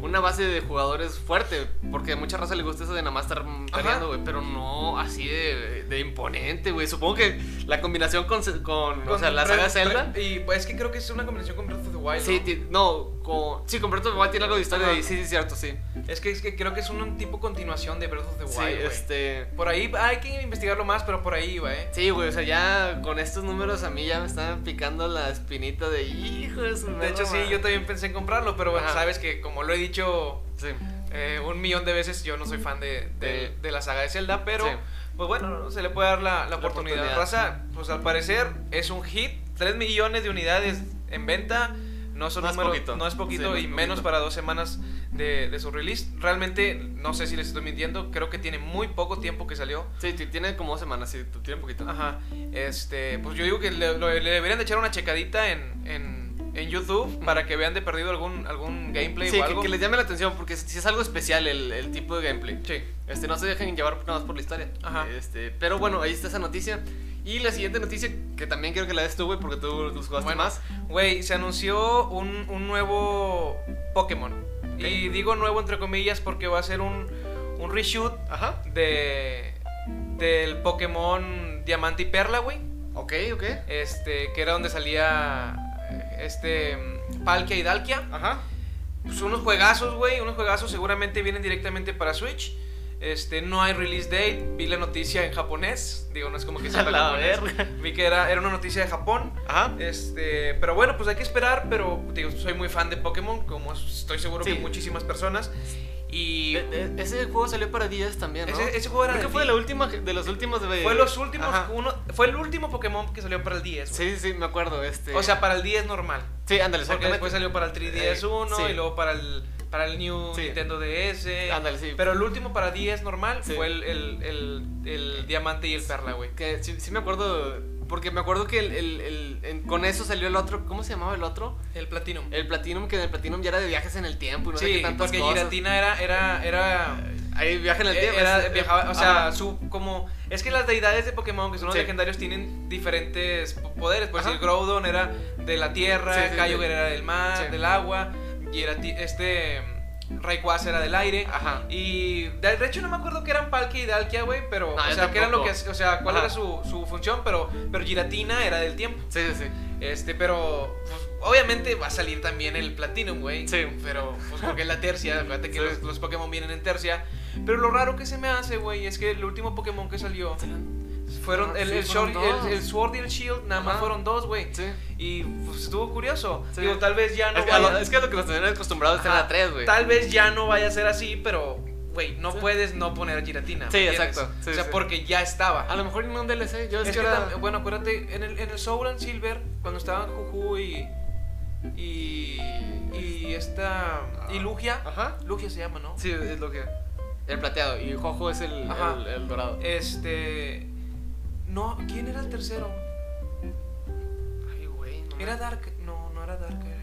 Speaker 2: una base de jugadores fuerte. Porque a mucha raza le gusta eso de nada más estar peleando, güey. Pero no así de, de imponente, güey. Supongo que la combinación con, se- con, o
Speaker 1: Con
Speaker 2: sea, la
Speaker 1: Red-
Speaker 2: saga Zelda.
Speaker 1: Red- Y pues, es que creo que es una combinación con Breath of the Wild.
Speaker 2: Sí,
Speaker 1: ¿no?
Speaker 2: ti- no, con, sí, con Breath of the Wild tiene algo de historia.
Speaker 1: Ajá.
Speaker 2: ahí, Sí, sí, cierto, sí.
Speaker 1: Es que, es que creo que es un tipo continuación de Breath of the Wild.
Speaker 2: Sí,
Speaker 1: güey.
Speaker 2: este.
Speaker 1: Por ahí hay que investigarlo más, pero por ahí va, ¿eh?
Speaker 2: Sí, güey, o sea, ya con estos números a mí ya me están picando la espinita de hijo de su
Speaker 1: De hecho, sí, yo también pensé en comprarlo, pero bueno,
Speaker 2: Ajá.
Speaker 1: sabes que como lo he dicho
Speaker 2: Sí.
Speaker 1: eh, un millón de veces, yo no soy fan de, de-
Speaker 2: Sí.
Speaker 1: de la saga de Zelda, pero
Speaker 2: Sí.
Speaker 1: pues bueno, se le puede dar la, la oportunidad.
Speaker 2: oportunidad.
Speaker 1: Raza, pues al parecer es un hit, 3 millones de unidades en venta. No, son
Speaker 2: No es
Speaker 1: números-
Speaker 2: poquito.
Speaker 1: no es
Speaker 2: Sí,
Speaker 1: poquito
Speaker 2: no
Speaker 1: y
Speaker 2: es poquito.
Speaker 1: menos para dos semanas de, de su release. Realmente, no sé si les estoy mintiendo, creo que tiene muy poco tiempo que salió.
Speaker 2: Sí, ti- tiene como dos semanas, sí, t- tiene poquito.
Speaker 1: Ajá. Este, pues yo digo que le, lo- le deberían de echar una checadita en, en, en YouTube para que vean de perdido algún, algún gameplay
Speaker 2: Mm. Sí,
Speaker 1: o
Speaker 2: que,
Speaker 1: algo.
Speaker 2: que les llame la atención porque si es algo especial el, el tipo de gameplay.
Speaker 1: Sí.
Speaker 2: Este, no se dejen llevar nada más por la historia.
Speaker 1: Ajá.
Speaker 2: Este, pero bueno, ahí está esa noticia. Y la siguiente noticia, que también quiero que la des tú, güey, porque tú los jugaste
Speaker 1: Bueno.
Speaker 2: más.
Speaker 1: Güey, se anunció un, un nuevo Pokémon. Y digo nuevo entre comillas porque va a ser un, un reshoot
Speaker 2: Ajá.
Speaker 1: de del Pokémon Diamante y Perla, güey.
Speaker 2: Ok, ok.
Speaker 1: Este, que era donde salía eh, este mm, Palkia y Dalkia.
Speaker 2: Ajá.
Speaker 1: Pues unos juegazos, güey, unos juegazos seguramente vienen directamente para Switch. Este, no hay release date, vi la noticia en japonés, digo, no es como que sepa
Speaker 2: La
Speaker 1: japonés. Vi que era, era una noticia de Japón.
Speaker 2: Ajá.
Speaker 1: Este, pero bueno, pues hay que esperar, pero digo, soy muy fan de Pokémon, como estoy seguro
Speaker 2: Sí.
Speaker 1: que muchísimas personas. Y
Speaker 2: E- e- ese juego salió para 10 también, ¿no?
Speaker 1: ese, ese juego era
Speaker 2: Creo que
Speaker 1: del
Speaker 2: fue de, la
Speaker 1: día.
Speaker 2: última, de los últimos de...
Speaker 1: Fue los últimos,
Speaker 2: Ajá.
Speaker 1: uno, fue el último Pokémon que salió para el 10. güey.
Speaker 2: Sí, sí, sí, me acuerdo. Este...
Speaker 1: O sea, para el 10 normal.
Speaker 2: sí,
Speaker 1: Porque
Speaker 2: ándale, exactamente.
Speaker 1: después salió para el 3DS 1
Speaker 2: Eh, sí.
Speaker 1: y luego para el, para el New
Speaker 2: Sí.
Speaker 1: Nintendo DS.
Speaker 2: Ándale, sí.
Speaker 1: Pero el último para 10 normal
Speaker 2: Sí.
Speaker 1: fue el, el, el, el diamante y el perla, güey.
Speaker 2: Que sí, sí me acuerdo Porque me acuerdo que el, el- el- en- con eso salió el otro. ¿Cómo se llamaba el otro?
Speaker 1: El Platinum.
Speaker 2: El Platinum, que en el Platinum ya era de viajes en el tiempo y no sé
Speaker 1: sí,
Speaker 2: qué tantas
Speaker 1: porque
Speaker 2: cosas.
Speaker 1: Giratina era, era, era,
Speaker 2: Ahí viaje en el tiempo.
Speaker 1: Eh, era-
Speaker 2: es-
Speaker 1: viajaba, o sea,
Speaker 2: ajá.
Speaker 1: su, como, es que las deidades de Pokémon, que son los
Speaker 2: Sí.
Speaker 1: legendarios, tienen diferentes po- poderes, pues
Speaker 2: Ajá.
Speaker 1: el Groudon era de la tierra,
Speaker 2: Sí, sí,
Speaker 1: Kyogre
Speaker 2: sí.
Speaker 1: era del mar,
Speaker 2: Sí.
Speaker 1: del agua, y era ti- este, Rayquaza era del aire,
Speaker 2: Ajá.
Speaker 1: Y de de hecho no me acuerdo que eran Palkia y Dalkia, güey, pero
Speaker 2: No,
Speaker 1: o
Speaker 2: yo
Speaker 1: sea, que eran lo que
Speaker 2: tampoco.
Speaker 1: o sea, cuál
Speaker 2: Ajá.
Speaker 1: era su, su función, pero pero Giratina era del tiempo.
Speaker 2: Sí, sí, sí.
Speaker 1: Este, pero pues, obviamente va a salir también el Platinum, güey.
Speaker 2: Sí.
Speaker 1: Pero pues porque es la
Speaker 2: <laughs>
Speaker 1: tercia, acuérdate que
Speaker 2: Sí.
Speaker 1: los, los Pokémon vienen en tercia, pero lo raro que se me hace, güey, es que el último Pokémon que salió fueron
Speaker 2: Ah,
Speaker 1: el,
Speaker 2: sí,
Speaker 1: el
Speaker 2: fueron
Speaker 1: Short- el-
Speaker 2: dos.
Speaker 1: el Sword y el Shield, nada más
Speaker 2: Ajá.
Speaker 1: fueron dos, güey.
Speaker 2: Sí.
Speaker 1: Y pues, estuvo curioso.
Speaker 2: Sí.
Speaker 1: Digo, tal vez ya no
Speaker 2: es, que, a
Speaker 1: vaya-
Speaker 2: lo, es que a lo que los tenían acostumbrados era
Speaker 1: Ajá.
Speaker 2: la 3, güey.
Speaker 1: Tal vez ya no vaya a ser así, pero, güey, no
Speaker 2: Sí.
Speaker 1: puedes no poner giratina. ¿me
Speaker 2: Sí,
Speaker 1: entiendes?
Speaker 2: exacto. Sí,
Speaker 1: o sea,
Speaker 2: sí.
Speaker 1: porque ya estaba.
Speaker 2: A lo mejor en un DLC. Yo es,
Speaker 1: Es
Speaker 2: que
Speaker 1: que
Speaker 2: ahora-
Speaker 1: tam- bueno, acuérdate, en el, en el Soul and Silver, cuando estaban Juju y. Y. Y esta. Y Lugia.
Speaker 2: Ajá.
Speaker 1: Lugia se llama, ¿no?
Speaker 2: Ah. Sí, es lo que. El plateado. Y Jojo es el,
Speaker 1: Ajá.
Speaker 2: el, el dorado.
Speaker 1: Este. No, ¿quién era el tercero?
Speaker 2: Ay, güey. No,
Speaker 1: Era
Speaker 2: me-
Speaker 1: Dark. No, no era Dark. era-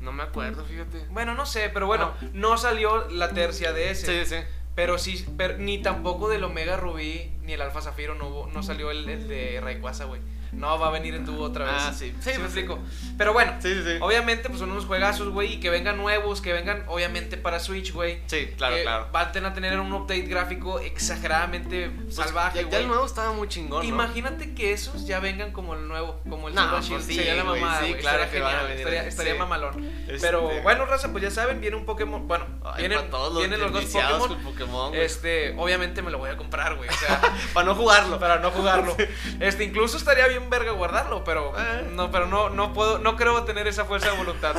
Speaker 2: no me acuerdo, fíjate.
Speaker 1: Bueno, no sé, pero bueno,
Speaker 2: Ah.
Speaker 1: no salió la tercia de ese.
Speaker 2: Sí, sí.
Speaker 1: Pero sí, pero ni tampoco del Omega Rubí ni el Alfa Zafiro no, hubo- no salió el, el de Rayquaza, güey. No, va a venir en tubo otra vez.
Speaker 2: Ah, sí.
Speaker 1: Sí,
Speaker 2: Sí,
Speaker 1: me
Speaker 2: pues sí.
Speaker 1: explico. Pero bueno,
Speaker 2: Sí, sí, sí.
Speaker 1: obviamente, pues son unos juegazos, güey, y que vengan nuevos, que vengan, obviamente, para Switch, güey.
Speaker 2: Sí, claro,
Speaker 1: que
Speaker 2: claro.
Speaker 1: Van a tener un update gráfico exageradamente salvaje,
Speaker 2: Pues, Ya, ya el
Speaker 1: güey.
Speaker 2: nuevo estaba muy chingón. ¿no?
Speaker 1: Imagínate que esos ya vengan como el nuevo, como el
Speaker 2: No,
Speaker 1: Silver
Speaker 2: pues
Speaker 1: Shield.
Speaker 2: sí,
Speaker 1: Sería la
Speaker 2: güey,
Speaker 1: mamada,
Speaker 2: sí,
Speaker 1: güey.
Speaker 2: claro
Speaker 1: Estaría
Speaker 2: que van a
Speaker 1: genial,
Speaker 2: venir,
Speaker 1: Estaría, estaría
Speaker 2: sí.
Speaker 1: mamalón.
Speaker 2: Este-
Speaker 1: Pero bueno, raza, pues ya saben, viene un Pokémon. Bueno,
Speaker 2: Ay,
Speaker 1: vienen,
Speaker 2: para todos los
Speaker 1: vienen los dos
Speaker 2: viciados
Speaker 1: Pokémon.
Speaker 2: con Pokémon, güey.
Speaker 1: Este, obviamente me lo voy a comprar, güey. O
Speaker 2: <laughs>
Speaker 1: sea,
Speaker 2: Para no jugarlo.
Speaker 1: para no
Speaker 2: <laughs>
Speaker 1: jugarlo. Este, incluso estaría bien verga guardarlo, pero
Speaker 2: Eh.
Speaker 1: no, pero no, no puedo, no creo tener esa fuerza de voluntad.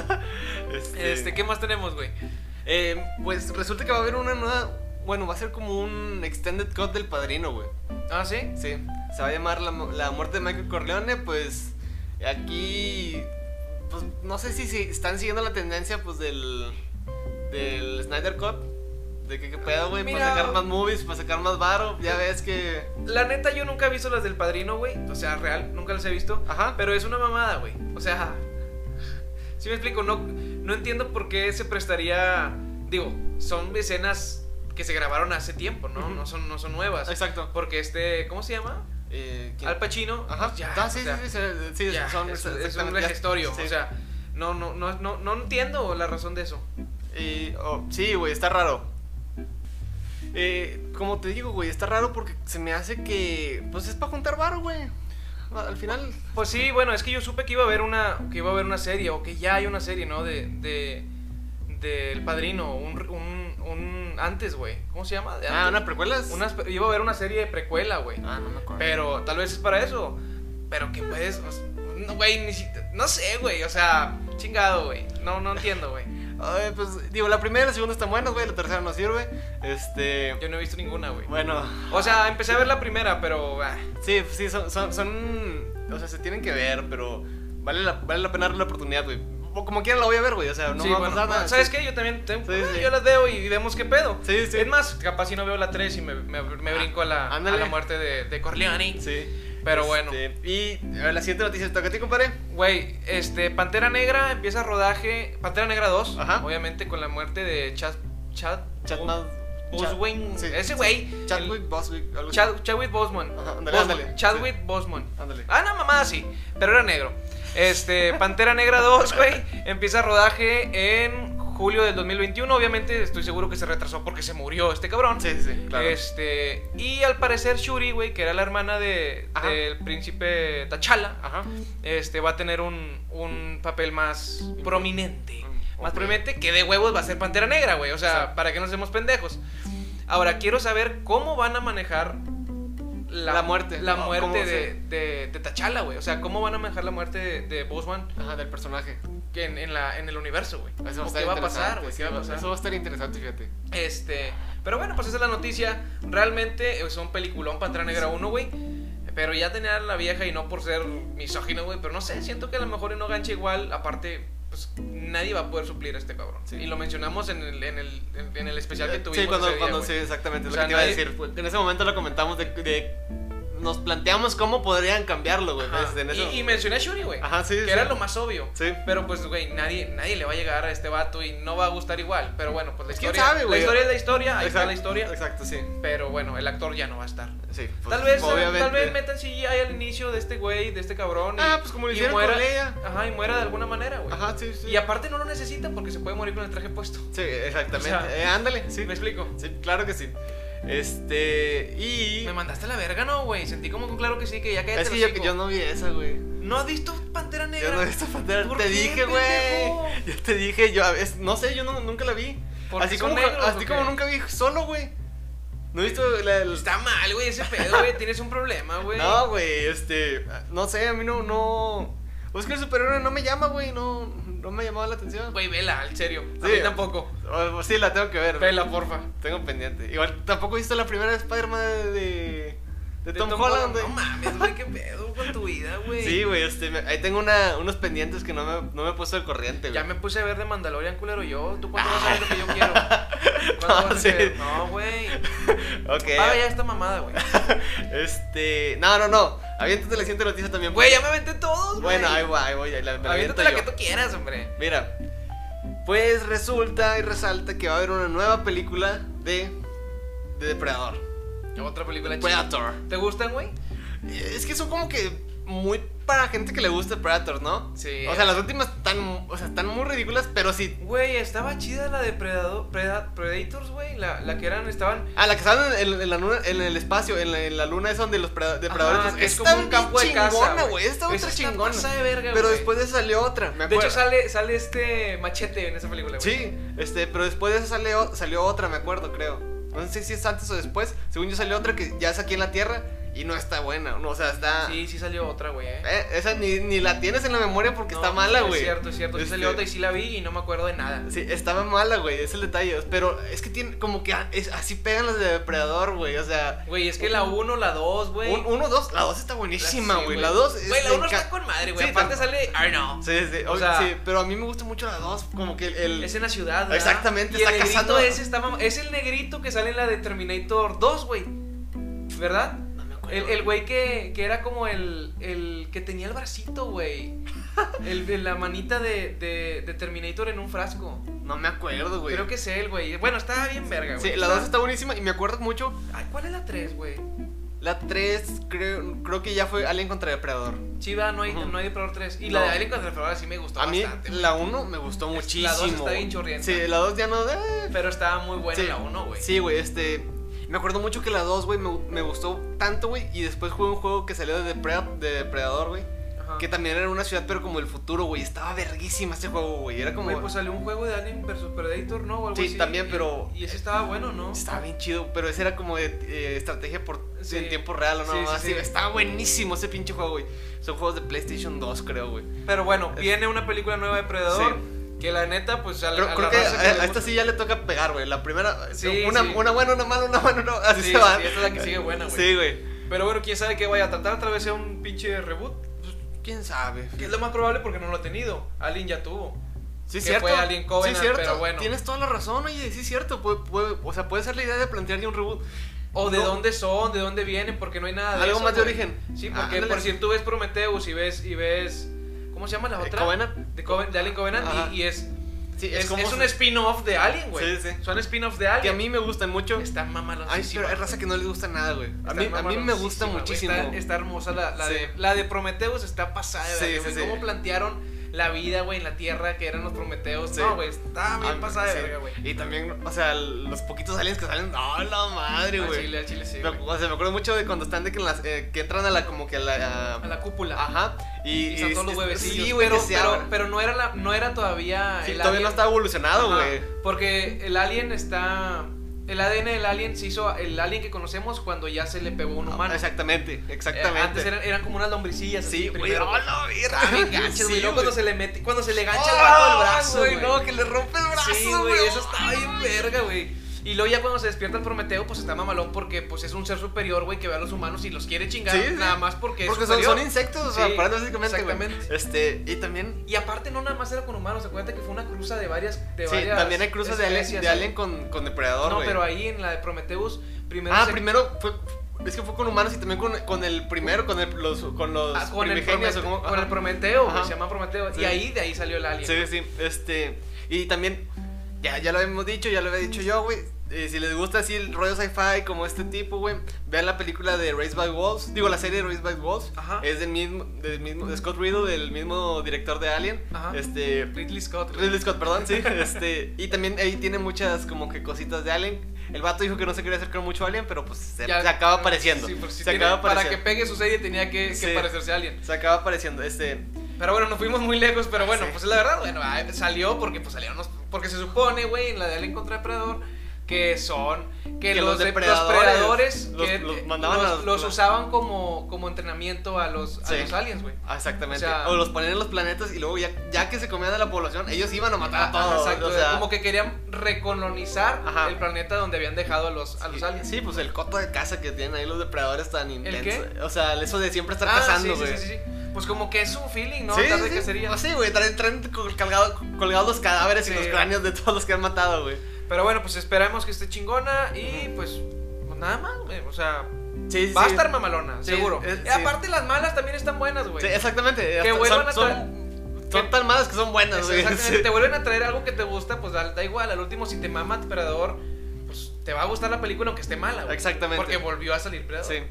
Speaker 2: Este,
Speaker 1: Este, ¿qué más tenemos, güey?
Speaker 2: eh, pues resulta que va a haber una nueva. Bueno, va a ser como un extended cut del padrino, güey.
Speaker 1: Ah, sí.
Speaker 2: Sí, se va a llamar la, mu- la muerte de Michael Corleone, pues aquí, pues no sé si, si están siguiendo la tendencia pues del, del Snyder Cut, de que qué pedo, güey,
Speaker 1: Mira.
Speaker 2: para sacar más movies, para sacar más varo, ya ves que...
Speaker 1: La neta, yo nunca he visto las del padrino, güey. O sea, real, nunca las he visto.
Speaker 2: Ajá,
Speaker 1: Pero es una mamada, güey. O sea, <laughs> si me explico, no, no entiendo por qué se prestaría. Digo, son escenas que se grabaron hace tiempo, ¿no?
Speaker 2: Ujú.
Speaker 1: No son, no son nuevas.
Speaker 2: exacto.
Speaker 1: Porque este, ¿cómo se llama?
Speaker 2: Eh, ¿quién?
Speaker 1: Al Pacino.
Speaker 2: Ajá,
Speaker 1: pues ya,
Speaker 2: Ah, sí,
Speaker 1: o sea,
Speaker 2: sí, sí, sí, sí,
Speaker 1: ya,
Speaker 2: son-
Speaker 1: es, es un
Speaker 2: exactamente, ya-
Speaker 1: registorio.
Speaker 2: sí.
Speaker 1: O sea, no, no, no, no, no entiendo la razón de eso.
Speaker 2: Y, oh, sí, güey, está raro. Eh, como te digo, güey, está raro porque se me hace que, pues es para juntar varo, güey. Al final...
Speaker 1: Pues sí, bueno, es que yo supe que iba a haber una, que iba a haber una serie, o que ya hay una serie, ¿no? De, de, de El Padrino, un, un, un antes, güey. ¿Cómo se llama? De
Speaker 2: Ah,
Speaker 1: antes.
Speaker 2: ¿unas precuelas?
Speaker 1: Unas pre- iba a haber una serie de precuela, güey.
Speaker 2: Ah, no me acuerdo.
Speaker 1: Pero tal vez es para eso. Pero que puedes, o sea, no, güey, ni si- no sé, güey, o sea, chingado, güey. No, no entiendo, güey.
Speaker 2: Ay, pues, digo, la primera y la segunda están buenas, güey, la tercera no sirve. Este...
Speaker 1: Yo no he visto ninguna, güey.
Speaker 2: Bueno,
Speaker 1: O sea, empecé a ver la primera, pero ah,
Speaker 2: sí, sí, son, son, son- O sea, se tienen que ver, pero vale la, vale la pena darle la oportunidad, güey. O como quiera la voy a ver, güey, o sea, no
Speaker 1: sí,
Speaker 2: va
Speaker 1: bueno,
Speaker 2: a pasar nada.
Speaker 1: ¿Sabes
Speaker 2: sí.
Speaker 1: qué? Yo también tengo-
Speaker 2: Sí,
Speaker 1: ah,
Speaker 2: sí.
Speaker 1: yo las veo y vemos qué pedo.
Speaker 2: Sí, sí.
Speaker 1: Es más, capaz si no veo la 3 y me, me- me brinco a la, a
Speaker 2: ándale.
Speaker 1: la muerte de, de Corleone.
Speaker 2: Sí.
Speaker 1: Pero bueno.
Speaker 2: Este, Y a ver, la siguiente noticia, ¿toca a ti, compadre?
Speaker 1: Güey, este, Pantera Negra empieza rodaje. Pantera Negra 2,
Speaker 2: Ajá.
Speaker 1: obviamente con la muerte de Chad. Chad.
Speaker 2: Chatman.
Speaker 1: Boswin.
Speaker 2: Chad- sí.
Speaker 1: ese güey.
Speaker 2: Chadwick
Speaker 1: el-
Speaker 2: Boswick. algo así.
Speaker 1: Chad- Chadwick Bosman.
Speaker 2: Ajá, ándale,
Speaker 1: Bosman,
Speaker 2: ándale.
Speaker 1: Chadwick Bosman.
Speaker 2: Ándale.
Speaker 1: Ah, no, mamada, sí. Pero era negro. Este, Pantera Negra 2, güey, empieza rodaje en julio del 2021. Obviamente, estoy seguro que se retrasó porque se murió este cabrón.
Speaker 2: Sí, sí, sí, claro.
Speaker 1: Este, y al parecer Shuri, güey, que era la hermana de,
Speaker 2: Ajá.
Speaker 1: del príncipe T'Challa,
Speaker 2: Ajá.
Speaker 1: este, va a tener un, un papel más prominente.
Speaker 2: Mm,
Speaker 1: Más
Speaker 2: ok.
Speaker 1: prominente que de huevos va a ser Pantera Negra, güey. O sea,
Speaker 2: Sí.
Speaker 1: para que no seamos pendejos. Ahora, quiero saber cómo van a manejar la,
Speaker 2: La muerte.
Speaker 1: La
Speaker 2: O
Speaker 1: muerte
Speaker 2: cómo
Speaker 1: de, de, de T'Challa, güey. O sea, cómo van a manejar la muerte de, de Bosman
Speaker 2: Ajá, del personaje.
Speaker 1: en, en la, en el universo, güey.
Speaker 2: Eso va a
Speaker 1: ¿O
Speaker 2: estar
Speaker 1: ¿Qué va a pasar,
Speaker 2: interesante,
Speaker 1: güey?
Speaker 2: sí,
Speaker 1: ¿Qué va a pasar?
Speaker 2: Eso va a estar interesante, fíjate.
Speaker 1: Este, pero bueno, pues esa es la noticia. Realmente eh, es un peliculón Pantera Negra 1, güey. Pero ya tenía a la vieja y no por ser misógino, güey. Pero no sé, siento que a lo mejor no gancha igual. Aparte, pues nadie va a poder suplir a este cabrón.
Speaker 2: Sí.
Speaker 1: Y lo mencionamos en el, en el, en el especial que tuvimos.
Speaker 2: Sí, cuando,
Speaker 1: ese día,
Speaker 2: cuando
Speaker 1: güey.
Speaker 2: sí, exactamente, es
Speaker 1: O
Speaker 2: lo
Speaker 1: sea,
Speaker 2: que te iba a
Speaker 1: nadie-
Speaker 2: decir. Pues, En ese momento lo comentamos de, de- nos planteamos cómo podrían cambiarlo, güey.
Speaker 1: Ajá.
Speaker 2: pues, en eso.
Speaker 1: Y, y mencioné a Shuri, güey.
Speaker 2: Ajá, sí,
Speaker 1: Que
Speaker 2: sí.
Speaker 1: era lo más obvio.
Speaker 2: Sí.
Speaker 1: Pero pues, güey, nadie, nadie le va a llegar a este vato y no va a gustar igual. Pero bueno, pues la
Speaker 2: ¿Quién
Speaker 1: historia.
Speaker 2: sabe,
Speaker 1: la
Speaker 2: güey?
Speaker 1: historia es la historia, ahí está la
Speaker 2: Exacto,
Speaker 1: historia.
Speaker 2: Exacto, sí.
Speaker 1: Pero bueno, el actor ya no va a estar.
Speaker 2: Sí, pues,
Speaker 1: Tal vez,
Speaker 2: obviamente.
Speaker 1: tal vez metan CGI al inicio de este güey, de este cabrón. y-
Speaker 2: Ah, pues como lo
Speaker 1: y
Speaker 2: hicieron con
Speaker 1: muera,
Speaker 2: Leia.
Speaker 1: Ajá, y muera de alguna manera, güey.
Speaker 2: Ajá, sí, sí.
Speaker 1: Y aparte no lo necesitan porque se puede morir con el traje puesto.
Speaker 2: Sí, exactamente.
Speaker 1: O sea,
Speaker 2: Eh, ándale, sí.
Speaker 1: ¿Me explico?
Speaker 2: Sí, claro que sí. Este. Y.
Speaker 1: Me mandaste a la verga, no, güey. Sentí como que claro que sí, que ya cállate
Speaker 2: Es que
Speaker 1: el
Speaker 2: yo,
Speaker 1: hocico.
Speaker 2: yo no vi esa, güey.
Speaker 1: ¿No has visto Pantera Negra?
Speaker 2: Yo no vi esa pantera.
Speaker 1: ¿Por
Speaker 2: Te
Speaker 1: qué,
Speaker 2: dije,
Speaker 1: pendejo?
Speaker 2: güey. Yo te dije, yo a veces. No sé, yo no- nunca la vi.
Speaker 1: ¿Porque
Speaker 2: Así,
Speaker 1: son
Speaker 2: como,
Speaker 1: negros o
Speaker 2: así
Speaker 1: qué?
Speaker 2: como nunca vi solo, güey. ¿No he visto la, la-
Speaker 1: Pues Está mal, güey, ese pedo, güey. Tienes un problema, güey.
Speaker 2: No, güey, este. No sé, a mí no. no... Es que el superhéroe no me llama, güey. No, no me llamaba la atención.
Speaker 1: Güey, vela, en serio. A
Speaker 2: Sí.
Speaker 1: mí tampoco.
Speaker 2: O- o sí, la tengo que ver.
Speaker 1: Vela, porfa.
Speaker 2: Tengo pendiente. Igual tampoco he visto la primera Spider-Man de, de,
Speaker 1: De
Speaker 2: de Tom, Holland, güey.
Speaker 1: No mames, güey, qué pedo con tu vida, güey.
Speaker 2: Sí, güey, este, me- ahí tengo una, unos pendientes que no me, no me he puesto al corriente, güey.
Speaker 1: Ya me puse a ver de Mandalorian, culero, yo. ¿Tú cuándo vas a ver lo que yo
Speaker 2: <laughs>
Speaker 1: quiero? ¿Cuándo
Speaker 2: No,
Speaker 1: vas a
Speaker 2: sí.
Speaker 1: ver? No, güey.
Speaker 2: Ok.
Speaker 1: Paga ya esta mamada,
Speaker 2: <laughs>
Speaker 1: güey.
Speaker 2: Este. No, no, no. Aviéntate la siguiente noticia también. Pues
Speaker 1: Güey, ya me aventé todos, güey.
Speaker 2: Bueno, ahí voy, ahí voy. ahí la, me la
Speaker 1: Aviéntate
Speaker 2: aviento
Speaker 1: la
Speaker 2: yo.
Speaker 1: que tú quieras, hombre.
Speaker 2: Mira. Pues resulta y resalta que va a haber una nueva película de. de Depredador.
Speaker 1: Otra película chida.
Speaker 2: Predator.
Speaker 1: ¿Te gustan, güey?
Speaker 2: Es que son como que muy para gente que le gusta Predator, ¿no?
Speaker 1: Sí.
Speaker 2: O sea, las últimas están, o sea, están muy ridículas, pero sí.
Speaker 1: Güey, estaba chida la de Predado- Preda- Predators, güey. La, la que eran, estaban.
Speaker 2: Ah, la que estaban en, en la luna- en el espacio, en la, en la luna es donde los preda- depredadores.
Speaker 1: Ajá, es
Speaker 2: Está
Speaker 1: como un
Speaker 2: bien
Speaker 1: campo de caza.
Speaker 2: chingona, güey. Esta
Speaker 1: Esa
Speaker 2: otra
Speaker 1: está
Speaker 2: chingona.
Speaker 1: pasada de verga,
Speaker 2: Pero
Speaker 1: güey.
Speaker 2: después de esa salió otra. Me
Speaker 1: De
Speaker 2: acuerdo.
Speaker 1: hecho, sale, sale este machete en esa película, güey.
Speaker 2: Sí, este, pero después de esa salió, salió otra, me acuerdo, creo. No sé si es antes o después. Según yo salió otra que ya es aquí en la Tierra y no está buena. No, o sea, está.
Speaker 1: Sí, sí salió otra, güey. eh.
Speaker 2: Ah. Eh, esa ni, ni la tienes en la memoria porque
Speaker 1: No,
Speaker 2: está mala, güey.
Speaker 1: Es cierto, es cierto. Sí
Speaker 2: Este,
Speaker 1: salió otra y sí la vi y no me acuerdo de nada.
Speaker 2: Sí, estaba mala, güey, es el detalle. Pero es que tiene como que a- es- así pegan las de depredador, güey. O sea,
Speaker 1: Güey, es que la 1, la 2, güey.
Speaker 2: un- uno, dos, la dos está buenísima,
Speaker 1: sí,
Speaker 2: güey. la dos es-
Speaker 1: Güey, la
Speaker 2: me
Speaker 1: 1 está
Speaker 2: encanta.
Speaker 1: con madre, güey.
Speaker 2: Sí,
Speaker 1: Aparte
Speaker 2: tam-
Speaker 1: sale Arnold.
Speaker 2: Sí, sí,
Speaker 1: O
Speaker 2: o
Speaker 1: sea-
Speaker 2: sí, pero a mí me gusta mucho la dos, como que el, el-
Speaker 1: Es en la ciudad, ¿verdad?
Speaker 2: Exactamente,
Speaker 1: y el
Speaker 2: está
Speaker 1: negrito
Speaker 2: cazando-
Speaker 1: ese está mam- Es el negrito que sale en la de Terminator 2, güey. ¿Verdad?
Speaker 2: No me acuerdo.
Speaker 1: El el güey que, que era como el, el que tenía el bracito,
Speaker 2: <laughs>
Speaker 1: güey. El, el- la manita de, de, de Terminator en un frasco.
Speaker 2: No me acuerdo, güey.
Speaker 1: Creo que es él, güey. Bueno, está bien verga, güey.
Speaker 2: Sí, la dos está buenísima y me acuerdo mucho.
Speaker 1: Ay, ¿Cuál es la 3, güey?
Speaker 2: La tres creo, creo que ya fue Alien contra Depredador.
Speaker 1: Chiva, no hay,
Speaker 2: Ujú.
Speaker 1: no hay Depredador 3. Y
Speaker 2: No.
Speaker 1: la de Alien contra el Depredador sí me gustó
Speaker 2: A mí
Speaker 1: bastante. güey.
Speaker 2: la uno me gustó muchísimo.
Speaker 1: dos está bien chorrienta.
Speaker 2: Sí, la dos ya no... eh,
Speaker 1: Pero estaba muy buena
Speaker 2: Sí.
Speaker 1: la 1, güey.
Speaker 2: Sí, güey, este. Me acuerdo mucho que la 2, güey, me, me gustó tanto, güey. Y después jugué un juego que salió de, Depre- de Depredador, güey.
Speaker 1: Ajá.
Speaker 2: Que también era una ciudad, pero como el futuro, güey. Estaba verguísima ese juego, güey. Era como.
Speaker 1: Güey, pues salió un juego de Alien vs Predator, ¿no? O algo
Speaker 2: Sí,
Speaker 1: así.
Speaker 2: también, pero-
Speaker 1: Y, y ese estaba bueno, ¿no?
Speaker 2: Estaba bien chido, pero ese era como de eh, estrategia por,
Speaker 1: Sí.
Speaker 2: en tiempo real o
Speaker 1: Sí,
Speaker 2: nada
Speaker 1: sí,
Speaker 2: más.
Speaker 1: sí.
Speaker 2: Sí, Estaba buenísimo ese pinche juego, güey. Son juegos de PlayStation 2, creo, güey.
Speaker 1: Pero bueno, viene una película nueva de Predador. Que la neta, pues a, la-
Speaker 2: Creo,
Speaker 1: a
Speaker 2: creo
Speaker 1: la
Speaker 2: que
Speaker 1: raza
Speaker 2: a,
Speaker 1: le
Speaker 2: a esta
Speaker 1: gusta-
Speaker 2: sí ya le toca pegar, güey. La primera.
Speaker 1: Sí,
Speaker 2: una,
Speaker 1: sí.
Speaker 2: una buena, una mala, una buena, una. Así
Speaker 1: Sí,
Speaker 2: se va.
Speaker 1: sí, esta es la que sigue buena, güey.
Speaker 2: Sí, güey.
Speaker 1: Pero bueno, quién sabe qué vaya a tratar. Tal vez sea un pinche reboot.
Speaker 2: ¿Quién sabe?
Speaker 1: Que es lo más probable porque no lo ha tenido. Alien ya tuvo.
Speaker 2: Sí,
Speaker 1: que
Speaker 2: cierto.
Speaker 1: fue Alien Covenant,
Speaker 2: sí, cierto.
Speaker 1: pero bueno.
Speaker 2: Tienes toda la razón, oye, sí, cierto. Puede, puede- o sea, puede ser la idea de plantear ya un reboot.
Speaker 1: O de
Speaker 2: No.
Speaker 1: dónde son, de dónde vienen, porque no hay nada de
Speaker 2: Algo
Speaker 1: eso,
Speaker 2: más de
Speaker 1: güey.
Speaker 2: origen.
Speaker 1: Sí,
Speaker 2: Ah,
Speaker 1: porque
Speaker 2: ándale.
Speaker 1: por si tú ves Prometheus y ves. Y ves ¿Cómo se llama la
Speaker 2: Eh,
Speaker 1: otra?
Speaker 2: Covenant.
Speaker 1: De, Coven- de Alien Covenant.
Speaker 2: Ajá.
Speaker 1: Y, y es.
Speaker 2: Sí,
Speaker 1: Es, es un spin-off de Alien, güey.
Speaker 2: Sí, sí.
Speaker 1: Son spin-offs de Alien.
Speaker 2: que a mí me gusta mucho.
Speaker 1: Está mamalosísima.
Speaker 2: Ay, pero hay raza que no les gusta nada, güey. A mí, a mí me gusta muchísimo.
Speaker 1: Está, está hermosa la, la,
Speaker 2: Sí.
Speaker 1: de, la de Prometeus, está pasada.
Speaker 2: Sí,
Speaker 1: de
Speaker 2: sí,
Speaker 1: verga,
Speaker 2: sí.
Speaker 1: güey. Cómo plantearon la vida, güey, en la Tierra, que eran los Prometeos.
Speaker 2: Sí.
Speaker 1: No, güey, está bien
Speaker 2: Ah,
Speaker 1: pasada
Speaker 2: sí.
Speaker 1: de verga, güey.
Speaker 2: Y también, o sea, los poquitos aliens que salen. ¡Oh, la madre,
Speaker 1: Al
Speaker 2: güey!
Speaker 1: chile, al chile, Ah, sí,
Speaker 2: Me-
Speaker 1: güey.
Speaker 2: o sea, me acuerdo mucho de cuando están de que, en las- eh, que entran a la como que a la.
Speaker 1: A la cúpula.
Speaker 2: Ajá. Ah, Y,
Speaker 1: Y están
Speaker 2: y-
Speaker 1: todos los
Speaker 2: y-
Speaker 1: huevecillos.
Speaker 2: Sí, güey,
Speaker 1: pero,
Speaker 2: que se
Speaker 1: pero,
Speaker 2: abren.
Speaker 1: pero no, era la, no era todavía.
Speaker 2: Sí,
Speaker 1: el
Speaker 2: todavía
Speaker 1: alien.
Speaker 2: no está evolucionado,
Speaker 1: Ajá,
Speaker 2: güey.
Speaker 1: Porque el alien está. El ADN del alien se hizo el alien que conocemos cuando ya se le pegó un humano.
Speaker 2: Exactamente,
Speaker 1: Eh,
Speaker 2: Ah, exactamente.
Speaker 1: antes eran, eran como unas lombricillas. así
Speaker 2: Sí, güey.
Speaker 1: primero,
Speaker 2: ¡Oh, la verga!
Speaker 1: Bien ganchas, güey.
Speaker 2: <laughs> Sí,
Speaker 1: Luego cuando
Speaker 2: güey.
Speaker 1: se le mete, cuando se le
Speaker 2: ¡Oh,
Speaker 1: gancha el vato al brazo,
Speaker 2: güey,
Speaker 1: güey.
Speaker 2: No, que le rompe el brazo,
Speaker 1: sí, güey, eso está
Speaker 2: ¡Ay,
Speaker 1: bien verga, güey. Y luego ya cuando se despierta el Prometeo, pues está mamalón porque pues es un ser superior, güey, que ve a los humanos y los quiere chingar
Speaker 2: Sí, sí.
Speaker 1: nada más porque,
Speaker 2: Porque
Speaker 1: es
Speaker 2: son,
Speaker 1: superior.
Speaker 2: son insectos, o
Speaker 1: Sí,
Speaker 2: sea, para básicamente, güey.
Speaker 1: exactamente.
Speaker 2: Este, y también.
Speaker 1: Y aparte no nada más era con humanos, acuérdate que fue una cruza de varias de
Speaker 2: sí,
Speaker 1: varias
Speaker 2: también hay cruzas de alien,
Speaker 1: especies, ¿eh?
Speaker 2: de alien con, con depredador,
Speaker 1: No,
Speaker 2: güey.
Speaker 1: pero ahí en la de Prometheus primero
Speaker 2: Ah,
Speaker 1: se-
Speaker 2: primero fue. Es que fue con humanos y también con, con el primero, con el, los, con los
Speaker 1: Ah, con, el
Speaker 2: primigenios, o
Speaker 1: Promete-
Speaker 2: como-
Speaker 1: con el
Speaker 2: ajá.
Speaker 1: Prometeo, güey,
Speaker 2: Ajá.
Speaker 1: se llama Prometeo.
Speaker 2: Sí.
Speaker 1: Y ahí, de ahí salió el alien.
Speaker 2: Sí, sí, este. Y también, ya, ya lo habíamos dicho, ya lo había dicho yo, güey. eh, si les gusta así el rollo sci-fi como este tipo, güey, vean la película de Race by Wolves. Digo, la serie de Race by Wolves.
Speaker 1: Ajá.
Speaker 2: Es del mismo, del mismo, de Scott Riddle, del mismo director de Alien.
Speaker 1: Ajá.
Speaker 2: Este.
Speaker 1: Ridley Scott. güey.
Speaker 2: Ridley Scott, perdón, sí.
Speaker 1: <laughs>
Speaker 2: Este, y también ahí tiene muchas como que cositas de Alien. El vato dijo que no se quería acercar mucho a Alien, pero pues se,
Speaker 1: Ya- mm,
Speaker 2: se acaba apareciendo.
Speaker 1: Sí, porque si
Speaker 2: se
Speaker 1: tiene-
Speaker 2: acaba
Speaker 1: para que
Speaker 2: apareciendo.
Speaker 1: pegue su serie tenía que, que
Speaker 2: Sí.
Speaker 1: parecerse a alguien.
Speaker 2: Se acaba apareciendo. Este,
Speaker 1: Pero bueno, nos fuimos muy lejos, pero bueno,
Speaker 2: Sí.
Speaker 1: pues la verdad, bueno, ah, salió porque pues salieron los- porque se supone, güey, en la de Alien contra Depredador que son que,
Speaker 2: Que
Speaker 1: los,
Speaker 2: los
Speaker 1: de- los
Speaker 2: depredadores,
Speaker 1: predadores
Speaker 2: los-
Speaker 1: que
Speaker 2: los mandaban
Speaker 1: los,
Speaker 2: a los-
Speaker 1: los usaban como, como entrenamiento a los, a
Speaker 2: Sí.
Speaker 1: los aliens, güey.
Speaker 2: Ah, Exactamente.
Speaker 1: O
Speaker 2: O,
Speaker 1: sea-
Speaker 2: los ponían en los planetas y luego ya, ya que se comían a la población, ellos iban a matar a
Speaker 1: Ah, Ajá,
Speaker 2: todos.
Speaker 1: exacto,
Speaker 2: o sea,
Speaker 1: como que querían recolonizar
Speaker 2: Ajá.
Speaker 1: el planeta donde habían dejado a los, a los
Speaker 2: sí,
Speaker 1: aliens.
Speaker 2: Sí, pues el coto de caza que tienen ahí los depredadores tan intensos.
Speaker 1: qué?
Speaker 2: O sea, eso de siempre estar
Speaker 1: Ah,
Speaker 2: cazando,
Speaker 1: sí,
Speaker 2: güey.
Speaker 1: sí, sí, sí. Pues como que es un feeling, ¿no?
Speaker 2: Sí,
Speaker 1: Andar de
Speaker 2: sí, sí.
Speaker 1: cacería.
Speaker 2: Ah, sí, güey, traen, traen col- colgado- colgados los cadáveres
Speaker 1: Sí.
Speaker 2: y los cráneos de todos los que han matado, güey.
Speaker 1: Pero bueno, pues esperamos que esté chingona y pues, pues nada más, güey. O sea,
Speaker 2: Sí, sí,
Speaker 1: va a
Speaker 2: sí.
Speaker 1: estar mamalona,
Speaker 2: Sí,
Speaker 1: seguro.
Speaker 2: es-
Speaker 1: Y
Speaker 2: sí.
Speaker 1: aparte las malas también están buenas, güey.
Speaker 2: Sí, exactamente. Hasta-
Speaker 1: vuelvan a
Speaker 2: son, son-
Speaker 1: traer-
Speaker 2: son
Speaker 1: que-
Speaker 2: tan malas que son buenas,
Speaker 1: Eso,
Speaker 2: güey.
Speaker 1: exactamente,
Speaker 2: Sí.
Speaker 1: te vuelven a traer algo que te gusta, pues da, da igual. Al último, si te mama Predador, pues te va a gustar la película aunque esté mala, güey.
Speaker 2: Exactamente.
Speaker 1: Porque volvió a salir Predador.
Speaker 2: Sí.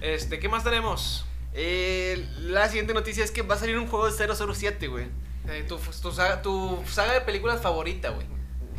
Speaker 1: Este, ¿qué más tenemos?
Speaker 2: Eh, la siguiente noticia es que va a salir un juego de 007, güey.
Speaker 1: Eh, tu, tu saga, tu saga de películas favorita, güey.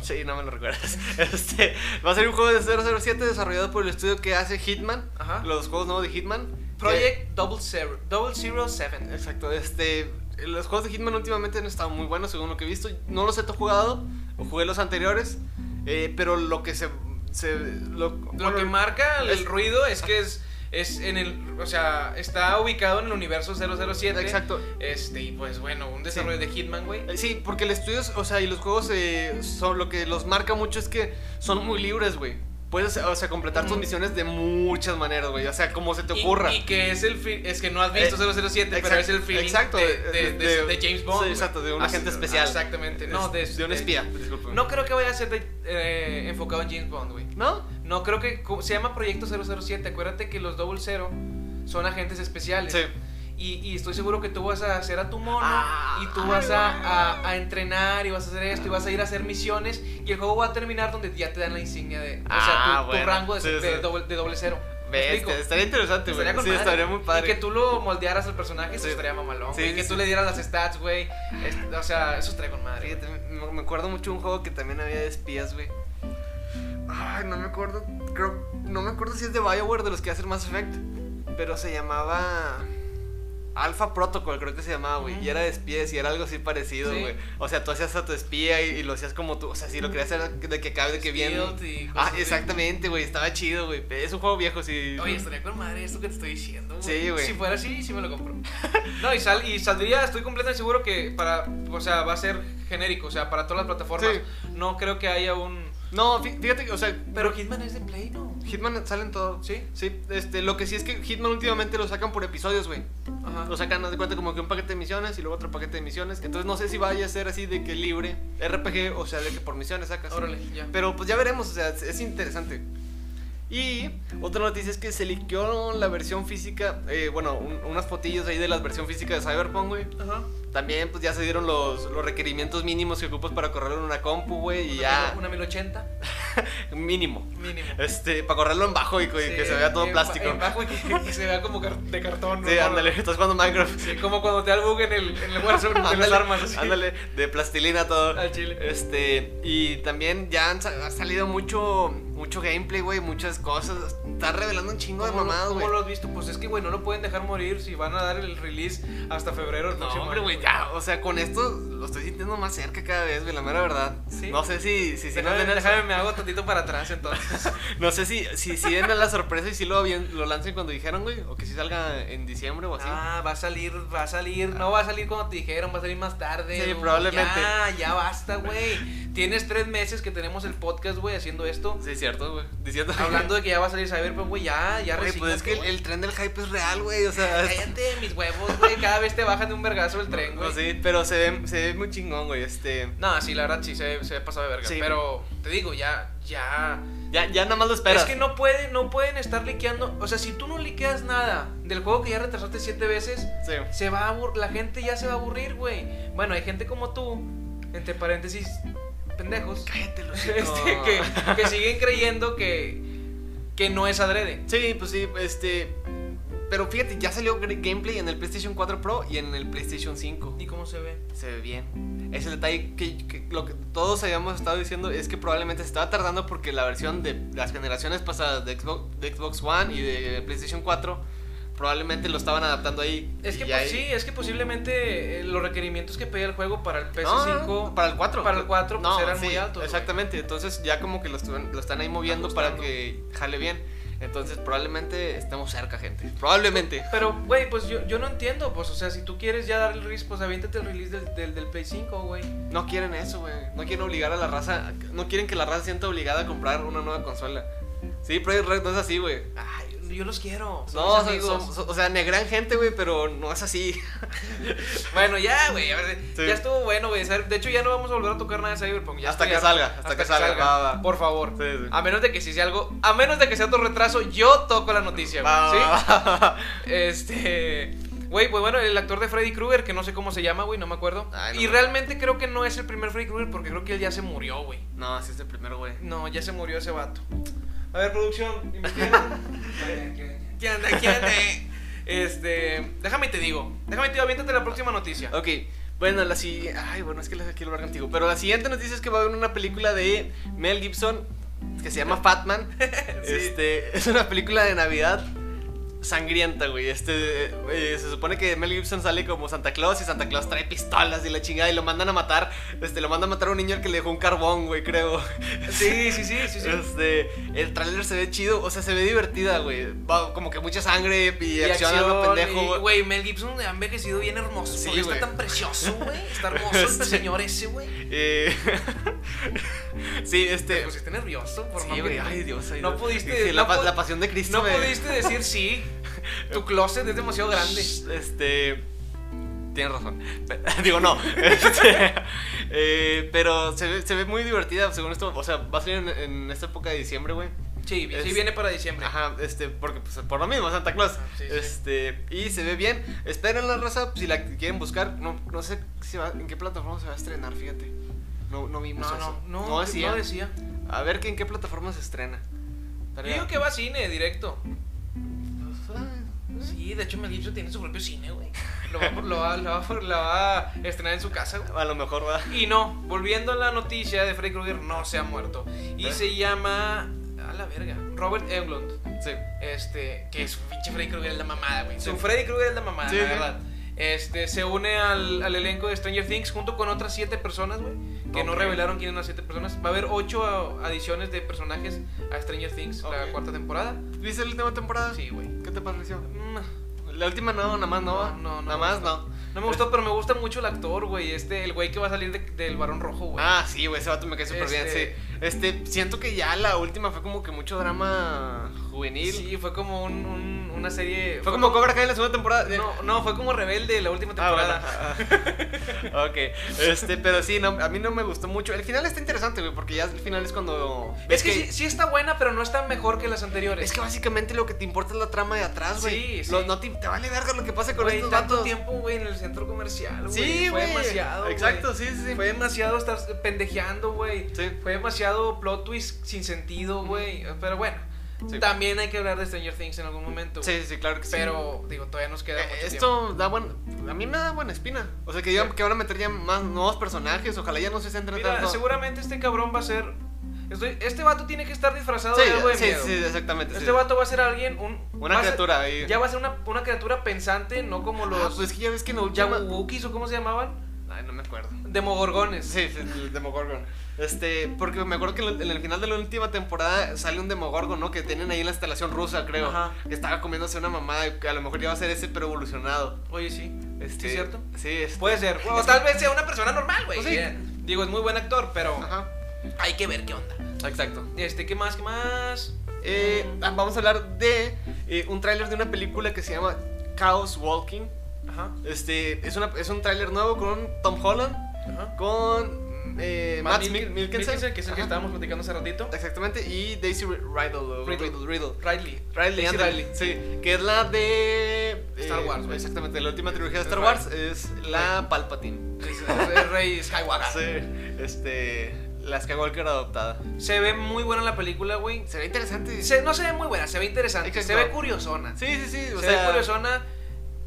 Speaker 2: Sí, no me lo recuerdas. <laughs> Este, va a ser un juego de 007 desarrollado por el estudio que hace Hitman.
Speaker 1: Ajá.
Speaker 2: Los juegos nuevos de Hitman.
Speaker 1: Project Double Zero, Double Zero Seven.
Speaker 2: Que- exacto. Este, los juegos de Hitman últimamente han estado muy buenos según lo que he visto. No los he to- jugado, o jugué los anteriores, eh, pero lo que se... se- lo,
Speaker 1: Lo
Speaker 2: bueno,
Speaker 1: que marca el
Speaker 2: es-
Speaker 1: ruido es que es, es en el. O sea, está ubicado en el universo 007.
Speaker 2: Exacto.
Speaker 1: Este, y pues bueno, un desarrollo de Hitman, güey.
Speaker 2: Eh, Sí, porque el estudio, es- o sea, y los juegos eh, son lo que los marca mucho es que son muy libres, güey. Puedes, o sea, completar tus
Speaker 1: Mm.
Speaker 2: misiones de muchas maneras, güey. O sea, como se te
Speaker 1: Y-
Speaker 2: ocurra.
Speaker 1: Y, que es el fi- es que no has visto
Speaker 2: Eh,
Speaker 1: 007, pero
Speaker 2: exacto,
Speaker 1: es el feeling
Speaker 2: exacto,
Speaker 1: de, de-
Speaker 2: de-
Speaker 1: de-
Speaker 2: de-
Speaker 1: de James
Speaker 2: sí,
Speaker 1: Bond. güey. Ah,
Speaker 2: exacto, de un agente especial.
Speaker 1: Exactamente. No, de, este,
Speaker 2: de un
Speaker 1: de-
Speaker 2: espía, disculpen.
Speaker 1: No creo que vaya a ser de- eh, enfocado en James Bond, güey.
Speaker 2: ¿No?
Speaker 1: No creo que co- se llama Proyecto 007. Acuérdate que los Double Zero son agentes especiales.
Speaker 2: Sí.
Speaker 1: Y, y estoy seguro que tú vas a hacer a tu mono
Speaker 2: Ah,
Speaker 1: y tú vas
Speaker 2: ay,
Speaker 1: a,
Speaker 2: güey.
Speaker 1: a- a entrenar y vas a hacer esto y vas a ir a hacer misiones y el juego va a terminar donde ya te dan la insignia de, o sea,
Speaker 2: Ah,
Speaker 1: tu, tu
Speaker 2: bueno.
Speaker 1: rango de,
Speaker 2: Sí,
Speaker 1: de
Speaker 2: sí.
Speaker 1: doble, de doble cero. ¿Me
Speaker 2: Ve,
Speaker 1: explico?
Speaker 2: este, estaría interesante, güey.
Speaker 1: Estaría con
Speaker 2: Sí,
Speaker 1: madre.
Speaker 2: estaría muy padre.
Speaker 1: Y que tú lo moldearas al personaje, eso
Speaker 2: Sí.
Speaker 1: estaría mamalón.
Speaker 2: Sí,
Speaker 1: güey.
Speaker 2: sí,
Speaker 1: que tú
Speaker 2: sí.
Speaker 1: le dieras las stats, güey. Es- O sea, eso estaría con madre.
Speaker 2: Fíjate, me, me acuerdo mucho de un juego que también había de espías, güey. Ay, no me acuerdo. Creo, no me acuerdo si es de Bioware de los que hacen Mass Effect. Pero se llamaba. Alpha Protocol, creo que se llamaba, güey.
Speaker 1: Ujú.
Speaker 2: Y era de espías y era algo así parecido,
Speaker 1: Sí.
Speaker 2: güey. O sea, tú hacías a tu espía y, y lo hacías como tú. O sea, si lo querías hacer de que cabe, de que bien.
Speaker 1: Stealth y cosas
Speaker 2: Ah,
Speaker 1: así.
Speaker 2: exactamente, güey. Estaba chido, güey. Es un juego viejo, sí.
Speaker 1: Oye, estaría con madre esto que te estoy diciendo, güey.
Speaker 2: Sí, güey.
Speaker 1: Si fuera así, sí me lo compro. <laughs> No, y, sal, y saldría, estoy completamente seguro que para, o sea, va a ser genérico, o sea, para todas las plataformas. No creo que haya un...
Speaker 2: No, fí- fíjate que, o sea,
Speaker 1: Pero Hitman es de Play, ¿no?
Speaker 2: Hitman salen todos.
Speaker 1: Sí.
Speaker 2: Sí, este, lo que sí es que Hitman últimamente lo sacan por episodios, güey.
Speaker 1: Ajá.
Speaker 2: Lo sacan, haz de cuenta, como que un paquete de misiones y luego otro paquete de misiones. Entonces no sé si vaya a ser así de que libre RPG, o sea, de que por misiones sacas.
Speaker 1: Órale, ya.
Speaker 2: Pero pues ya veremos, o sea, es, es interesante. Y otra noticia es que se liqueó la versión física, eh, bueno, un- unas fotillos ahí de la versión física de Cyberpunk, güey.
Speaker 1: Ajá.
Speaker 2: También pues ya se dieron los, los requerimientos mínimos que ocupas para correrlo en una compu, güey, y ya
Speaker 1: Una 1080,
Speaker 2: mínimo.
Speaker 1: mínimo.
Speaker 2: Este, para correrlo en bajo y que, que se vea todo
Speaker 1: en ba-
Speaker 2: plástico.
Speaker 1: en bajo y que, que se vea como car- de cartón. ¿no?
Speaker 2: Sí, ándale, estás jugando Minecraft.
Speaker 1: Sí, como cuando te da el bug en el, en el Warzone de las
Speaker 2: Ándale,
Speaker 1: armas. así.
Speaker 2: ándale, de plastilina todo.
Speaker 1: Al chile.
Speaker 2: Este, y también ya han sa- ha salido mucho mucho gameplay, güey, muchas cosas. Está revelando un chingo de
Speaker 1: ¿Cómo lo-
Speaker 2: mamadas, güey.
Speaker 1: ¿Cómo lo has visto? Pues es que, güey, no lo pueden dejar morir si van a dar el release hasta febrero. del
Speaker 2: No,
Speaker 1: próximo
Speaker 2: hombre,
Speaker 1: año,
Speaker 2: güey, ya, o sea, con esto lo estoy sintiendo más cerca cada vez, güey, la mera verdad.
Speaker 1: Sí.
Speaker 2: No sé si si, si
Speaker 1: Déjame,
Speaker 2: nos den el-
Speaker 1: déjame, me hago tantito para atrás entonces.
Speaker 2: no sé si si, si den la sorpresa y si lo bien, lo lancen cuando dijeron, güey, o que si salga en diciembre o así.
Speaker 1: Ah, va a salir, va a salir, no va a salir cuando te dijeron, va a salir más tarde.
Speaker 2: Ah. Sí,
Speaker 1: güey.
Speaker 2: probablemente.
Speaker 1: Ya, ya basta, güey. Tienes tres meses que tenemos el podcast, güey, haciendo esto.
Speaker 2: Sí, es cierto, güey. Diciendo <laughs>
Speaker 1: Hablando de que ya va a salir Cyberpunk, güey, ya, ya
Speaker 2: Güey, pues es
Speaker 1: resígnate,
Speaker 2: que el,
Speaker 1: güey.
Speaker 2: el tren del hype es real, güey. O sea, es-
Speaker 1: Cállate, mis huevos, güey. Cada vez te bajan de un vergazo el tren, güey.
Speaker 2: no sé, pero se ve, se ve muy chingón, güey. Este.
Speaker 1: No, sí, la verdad sí se, se pasado de verga.
Speaker 2: Sí.
Speaker 1: Pero te digo, ya, ya.
Speaker 2: Ya, ya nada más lo esperas.
Speaker 1: Es que no pueden, no pueden estar liqueando. O sea, si tú no liqueas nada del juego que ya retrasaste siete veces,
Speaker 2: Sí.
Speaker 1: se va a abur- la gente ya se va a aburrir, güey. Bueno, hay gente como tú, entre paréntesis, pendejos, <laughs>
Speaker 2: Cállate, <laughs> los
Speaker 1: este, que, que siguen creyendo que, que no es adrede.
Speaker 2: Sí, pues sí, este. Pero fíjate, ya salió gr- gameplay en el PlayStation 4 Pro y en el PlayStation 5.
Speaker 1: ¿Y cómo se ve?
Speaker 2: Se ve bien. Es el detalle que, que lo que todos habíamos estado diciendo es que probablemente se estaba tardando porque la versión de las generaciones pasadas de Xbox, de Xbox One y de PlayStation 4 probablemente lo estaban adaptando ahí.
Speaker 1: Es
Speaker 2: y
Speaker 1: que
Speaker 2: ya
Speaker 1: pues,
Speaker 2: ahí-
Speaker 1: sí, es que posiblemente eh, los requerimientos que pedía el juego para el
Speaker 2: No,
Speaker 1: PS5
Speaker 2: no, para el 4.
Speaker 1: para el 4, pues, eran muy altos, güey.
Speaker 2: Exactamente, entonces ya como que lo, estuvieron- lo están ahí moviendo
Speaker 1: Ajustando.
Speaker 2: para que jale bien. Entonces probablemente estemos cerca, gente. Probablemente.
Speaker 1: Pero, güey, pues yo, yo no entiendo, pues, o sea, si tú quieres ya dar el release, pues aviéntate el release del, del, del Play 5, güey.
Speaker 2: No quieren eso, güey. No quieren obligar a la raza. No quieren que la raza sienta obligada a comprar una nueva consola. Sí, Project Red no es así, güey.
Speaker 1: Ay, yo los quiero. son
Speaker 2: No,
Speaker 1: mis
Speaker 2: son-
Speaker 1: amigos.
Speaker 2: son- son- o sea, negran gente, güey, pero no es así.
Speaker 1: Bueno, ya, güey, a ver,
Speaker 2: Sí.
Speaker 1: ya estuvo bueno, güey. Cyber- De hecho, ya no vamos a volver a tocar nada de Cyberpunk. ya
Speaker 2: Hasta
Speaker 1: estoy harto.
Speaker 2: que salga, hasta que salga, va, va.
Speaker 1: Por favor. Ah,
Speaker 2: Sí, sí.
Speaker 1: A menos de que si sea algo, a menos de que sea otro retraso, yo toco la noticia, güey.
Speaker 2: Va,
Speaker 1: ¿sí?
Speaker 2: va, va, va.
Speaker 1: Este. Güey, pues bueno, el actor de Freddy Krueger, que no sé cómo se llama, güey, no me acuerdo.
Speaker 2: Ay, no
Speaker 1: y
Speaker 2: me-
Speaker 1: realmente creo que no es el primer Freddy Krueger porque creo que él ya se murió, güey.
Speaker 2: No, así es el primero, güey.
Speaker 1: No, ya se murió ese vato. A ver, producción,
Speaker 2: <laughs>
Speaker 1: investiga. ¿Qué onda? ¿Qué onda? Este, déjame te digo, déjame te digo, aviéntate la próxima noticia.
Speaker 2: Ok, bueno, la siguiente. Ay, bueno, es que la quiero hablar contigo. Pero la siguiente noticia es que va a haber una película de Mel Gibson que
Speaker 1: <laughs>
Speaker 2: se llama Fatman. Este, es una película de Navidad sangrienta, güey. Este, eh, se supone que Mel Gibson sale como Santa Claus y Santa Claus trae pistolas y la chingada y lo mandan a matar. Este, lo mandan a matar a un niño al que le dejó un carbón, güey, creo.
Speaker 1: Sí, sí, sí, sí,
Speaker 2: <laughs>
Speaker 1: sí.
Speaker 2: Este, el tráiler se ve chido, o sea, se ve divertida, güey. Va como que mucha sangre y,
Speaker 1: Y
Speaker 2: acción, a lo
Speaker 1: acción,
Speaker 2: pendejo,
Speaker 1: y,
Speaker 2: güey.
Speaker 1: Güey, Mel Gibson ha envejecido bien hermoso.
Speaker 2: Sí,
Speaker 1: porque está
Speaker 2: güey.
Speaker 1: tan precioso, güey.
Speaker 2: <laughs>
Speaker 1: Está hermoso el
Speaker 2: Sí.
Speaker 1: señor ese, güey.
Speaker 2: Eh, <laughs> sí,
Speaker 1: Te
Speaker 2: este.
Speaker 1: pusiste pues, nervioso por
Speaker 2: sí,
Speaker 1: no
Speaker 2: güey,
Speaker 1: que-
Speaker 2: ay, Dios, ay,
Speaker 1: no
Speaker 2: Dios.
Speaker 1: pudiste-
Speaker 2: Dije,
Speaker 1: no
Speaker 2: la, pa-
Speaker 1: pu-
Speaker 2: la pasión de Cristo.
Speaker 1: No
Speaker 2: me-
Speaker 1: pudiste decir
Speaker 2: <laughs>
Speaker 1: sí. Tu closet es demasiado grande.
Speaker 2: Este. Tienes razón. <laughs> Pero- Digo, no. <laughs> Este, eh, pero se ve, se ve muy divertida, según esto. O sea, va a salir en, en esta época de diciembre, güey.
Speaker 1: Sí, sí
Speaker 2: Es-
Speaker 1: viene para diciembre.
Speaker 2: Ajá, este, porque pues, por lo mismo, Santa Claus.
Speaker 1: Sí, sí.
Speaker 2: Este, y se ve bien. Esperen la raza, si la quieren buscar. No, no sé si va- en qué plataforma se va a estrenar, fíjate. No, no vimos
Speaker 1: No,
Speaker 2: eso.
Speaker 1: no, no, no decía.
Speaker 2: decía. A ver que en qué plataforma se estrena.
Speaker 1: Yo
Speaker 2: Pero
Speaker 1: digo
Speaker 2: ya-
Speaker 1: que va a cine directo.
Speaker 2: Pues, ah,
Speaker 1: Sí, de hecho Mel Gibson tiene su propio cine, güey. Lo va, lo va- lo va- la va a estrenar en su casa, güey.
Speaker 2: A lo mejor va.
Speaker 1: Y no, volviendo a la noticia de Freddy Krueger, no se ha muerto. Y
Speaker 2: ¿Eh?
Speaker 1: se llama... A la verga. Robert Englund.
Speaker 2: Sí.
Speaker 1: Este, que su pinche Freddy Krueger es la mamada, güey. Su
Speaker 2: Sí.
Speaker 1: Freddy Krueger es la mamada,
Speaker 2: Sí,
Speaker 1: la
Speaker 2: sí.
Speaker 1: verdad. Este, se une al, al elenco de Stranger Things junto con otras siete personas, güey. Que no
Speaker 2: Ok.
Speaker 1: revelaron quiénes eran las siete personas. Va a haber ocho a- adiciones de personajes a Stranger Things la
Speaker 2: Ok.
Speaker 1: cuarta temporada.
Speaker 2: ¿Viste la última temporada?
Speaker 1: Sí, güey.
Speaker 2: ¿Qué te pareció?
Speaker 1: Mm.
Speaker 2: La última no, nada más no.
Speaker 1: No, no, no.
Speaker 2: Nada más no.
Speaker 1: No me gustó, pero me gusta mucho el actor, güey. Este, el güey que va a salir de- del varón rojo, güey.
Speaker 2: Ah, sí, güey, ese vato me cae súper
Speaker 1: Este-
Speaker 2: bien, sí. Este, siento que ya la última fue como que mucho drama juvenil.
Speaker 1: sí, fue como un- un- una serie.
Speaker 2: Fue como Cobra Kai en la segunda temporada. de-
Speaker 1: No, no, fue como rebelde la última
Speaker 2: Ah, bueno.
Speaker 1: temporada.
Speaker 2: Ah, <laughs> ok. Este, pero sí, no, a mí no me gustó mucho. El final está interesante, güey, porque ya el final es cuando...
Speaker 1: Es
Speaker 2: ves
Speaker 1: que, sí, sí está buena, pero no está mejor que las anteriores.
Speaker 2: Es que básicamente lo que te importa es la trama de atrás, güey.
Speaker 1: Sí,
Speaker 2: Lo-
Speaker 1: sí.
Speaker 2: No te, te vale verga lo que pase con
Speaker 1: Güey,
Speaker 2: estos
Speaker 1: tanto
Speaker 2: vatos.
Speaker 1: tiempo, güey, en el centro comercial, güey.
Speaker 2: Sí,
Speaker 1: Fue
Speaker 2: güey.
Speaker 1: demasiado. güey.
Speaker 2: Exacto, sí, sí, sí.
Speaker 1: Fue demasiado estar pendejeando, güey.
Speaker 2: Sí.
Speaker 1: Fue demasiado plot twist sin sentido,
Speaker 2: Ujú.
Speaker 1: güey. Pero bueno,
Speaker 2: Sí.
Speaker 1: también hay que hablar de Stranger Things en algún momento.
Speaker 2: Sí,
Speaker 1: güey.
Speaker 2: sí, sí, claro que sí.
Speaker 1: Pero, digo, todavía nos queda
Speaker 2: Eh,
Speaker 1: mucho tiempo.
Speaker 2: esto da buen. A mí me da buena espina. O sea, que, digan
Speaker 1: Sí.
Speaker 2: que van a meter ya más nuevos personajes. Ojalá ya no se centren
Speaker 1: Mira,
Speaker 2: tanto.
Speaker 1: seguramente este cabrón va a ser. estoy- este vato tiene que estar disfrazado
Speaker 2: Sí,
Speaker 1: de algo de
Speaker 2: sí,
Speaker 1: miedo.
Speaker 2: sí, exactamente. sí.
Speaker 1: este vato va a ser alguien, un,
Speaker 2: Una
Speaker 1: va a ser-
Speaker 2: criatura ahí.
Speaker 1: ya va a ser una, una criatura pensante, no como los
Speaker 2: Ah, pues es que ya ves que en la última.
Speaker 1: Yawukis o cómo se llamaban,
Speaker 2: Ay, no me acuerdo.
Speaker 1: demogorgones.
Speaker 2: Sí, sí, el Demogorgon. Este, porque me acuerdo que en el- en el final de la última temporada sale un Demogorgon, ¿no? Que tienen ahí en la instalación rusa, creo.
Speaker 1: Ajá.
Speaker 2: Que estaba comiéndose una mamada. y que A lo mejor ya va a ser ese, pero evolucionado.
Speaker 1: Oye, sí.
Speaker 2: Este,
Speaker 1: ¿Sí es cierto?
Speaker 2: Sí, este-
Speaker 1: Puede ser. O tal vez sea una persona normal, güey.
Speaker 2: Pues sí,
Speaker 1: Yeah. Digo, es muy buen actor, pero
Speaker 2: Ajá.
Speaker 1: hay que ver qué onda.
Speaker 2: Exacto.
Speaker 1: Este, ¿qué más? ¿Qué más?
Speaker 2: Eh, ah, vamos a hablar de eh, un tráiler de una película que se llama Chaos Walking.
Speaker 1: Ajá.
Speaker 2: Este, es, una, es un tráiler nuevo con un Tom Holland,
Speaker 1: Ajá.
Speaker 2: con eh,
Speaker 1: Matt
Speaker 2: Matt
Speaker 1: Mil-
Speaker 2: Mil- Mikkelsen.
Speaker 1: que es el que
Speaker 2: Ajá.
Speaker 1: estábamos platicando hace ratito.
Speaker 2: Exactamente, y Daisy Ri- Riddle. o
Speaker 1: Riddle.
Speaker 2: Riddle. Riddle.
Speaker 1: Riley.
Speaker 2: Riley,
Speaker 1: Daisy
Speaker 2: ándale,
Speaker 1: Ridley.
Speaker 2: sí, que es la de eh,
Speaker 1: Star Wars, güey.
Speaker 2: Exactamente, la última trilogía de Star
Speaker 1: Ray.
Speaker 2: Wars es la Palpatine.
Speaker 1: Sí, sí, es el Rey <laughs> Skywalker.
Speaker 2: Sí, este, la Skywalker adoptada.
Speaker 1: Se ve muy buena la película, güey.
Speaker 2: Se ve interesante.
Speaker 1: Se- no se ve muy buena, se ve interesante.
Speaker 2: Exacto.
Speaker 1: Se ve curiosona.
Speaker 2: sí, sí, sí, o
Speaker 1: se ve
Speaker 2: sea,
Speaker 1: curiosona.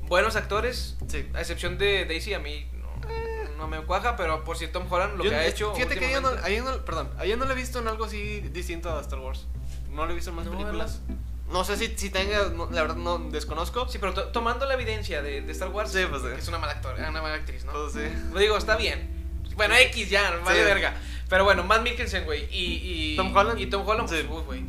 Speaker 1: Buenos actores.
Speaker 2: sí.
Speaker 1: A excepción de Daisy, a mí no, no me cuaja, pero por si Tom Holland lo
Speaker 2: Yo-
Speaker 1: que ha
Speaker 2: es-
Speaker 1: hecho.
Speaker 2: Fíjate que yo no,
Speaker 1: últimamente-
Speaker 2: ahí no- perdón, ahí no la he visto en algo así distinto a Star Wars. No la he visto en más
Speaker 1: No,
Speaker 2: películas. No sé si, si tenga, no, la verdad no desconozco.
Speaker 1: Sí, pero to- tomando la evidencia de, de Star Wars,
Speaker 2: Sí, pues, sí.
Speaker 1: que es una mala, actor, una mala actriz, ¿no?
Speaker 2: Pues, sí.
Speaker 1: Digo, está bien. Bueno, X ya, vale
Speaker 2: Sí.
Speaker 1: verga. Pero bueno, Matt Mikkelsen, güey. Y, y-
Speaker 2: Tom Holland.
Speaker 1: Y Tom Holland, pues,
Speaker 2: Sí.
Speaker 1: uy, güey.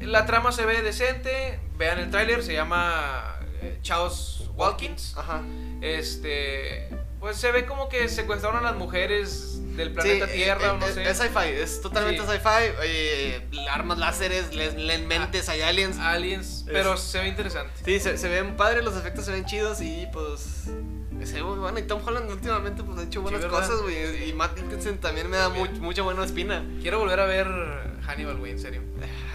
Speaker 1: La trama se ve decente. Vean el tráiler, se llama eh, Chaos Walkins.
Speaker 2: Ajá.
Speaker 1: Este. Pues se ve como que secuestraron a las mujeres del
Speaker 2: Sí,
Speaker 1: planeta
Speaker 2: eh,
Speaker 1: Tierra,
Speaker 2: eh,
Speaker 1: o no
Speaker 2: es,
Speaker 1: sé.
Speaker 2: Es sci-fi, es totalmente
Speaker 1: Sí.
Speaker 2: sci-fi. eh, armas láseres, les, les mentes, hay aliens.
Speaker 1: Aliens. Pero se ve interesante.
Speaker 2: Sí, se, se ven padres, los efectos se ven chidos y pues. Se ve muy bueno. Y Tom Holland últimamente pues, ha hecho buenas
Speaker 1: ¿verdad?
Speaker 2: cosas, güey. Y Matt Dickinson también me da mu-
Speaker 1: También.
Speaker 2: mucha buena espina.
Speaker 1: Quiero volver a ver Hannibal, güey, en serio.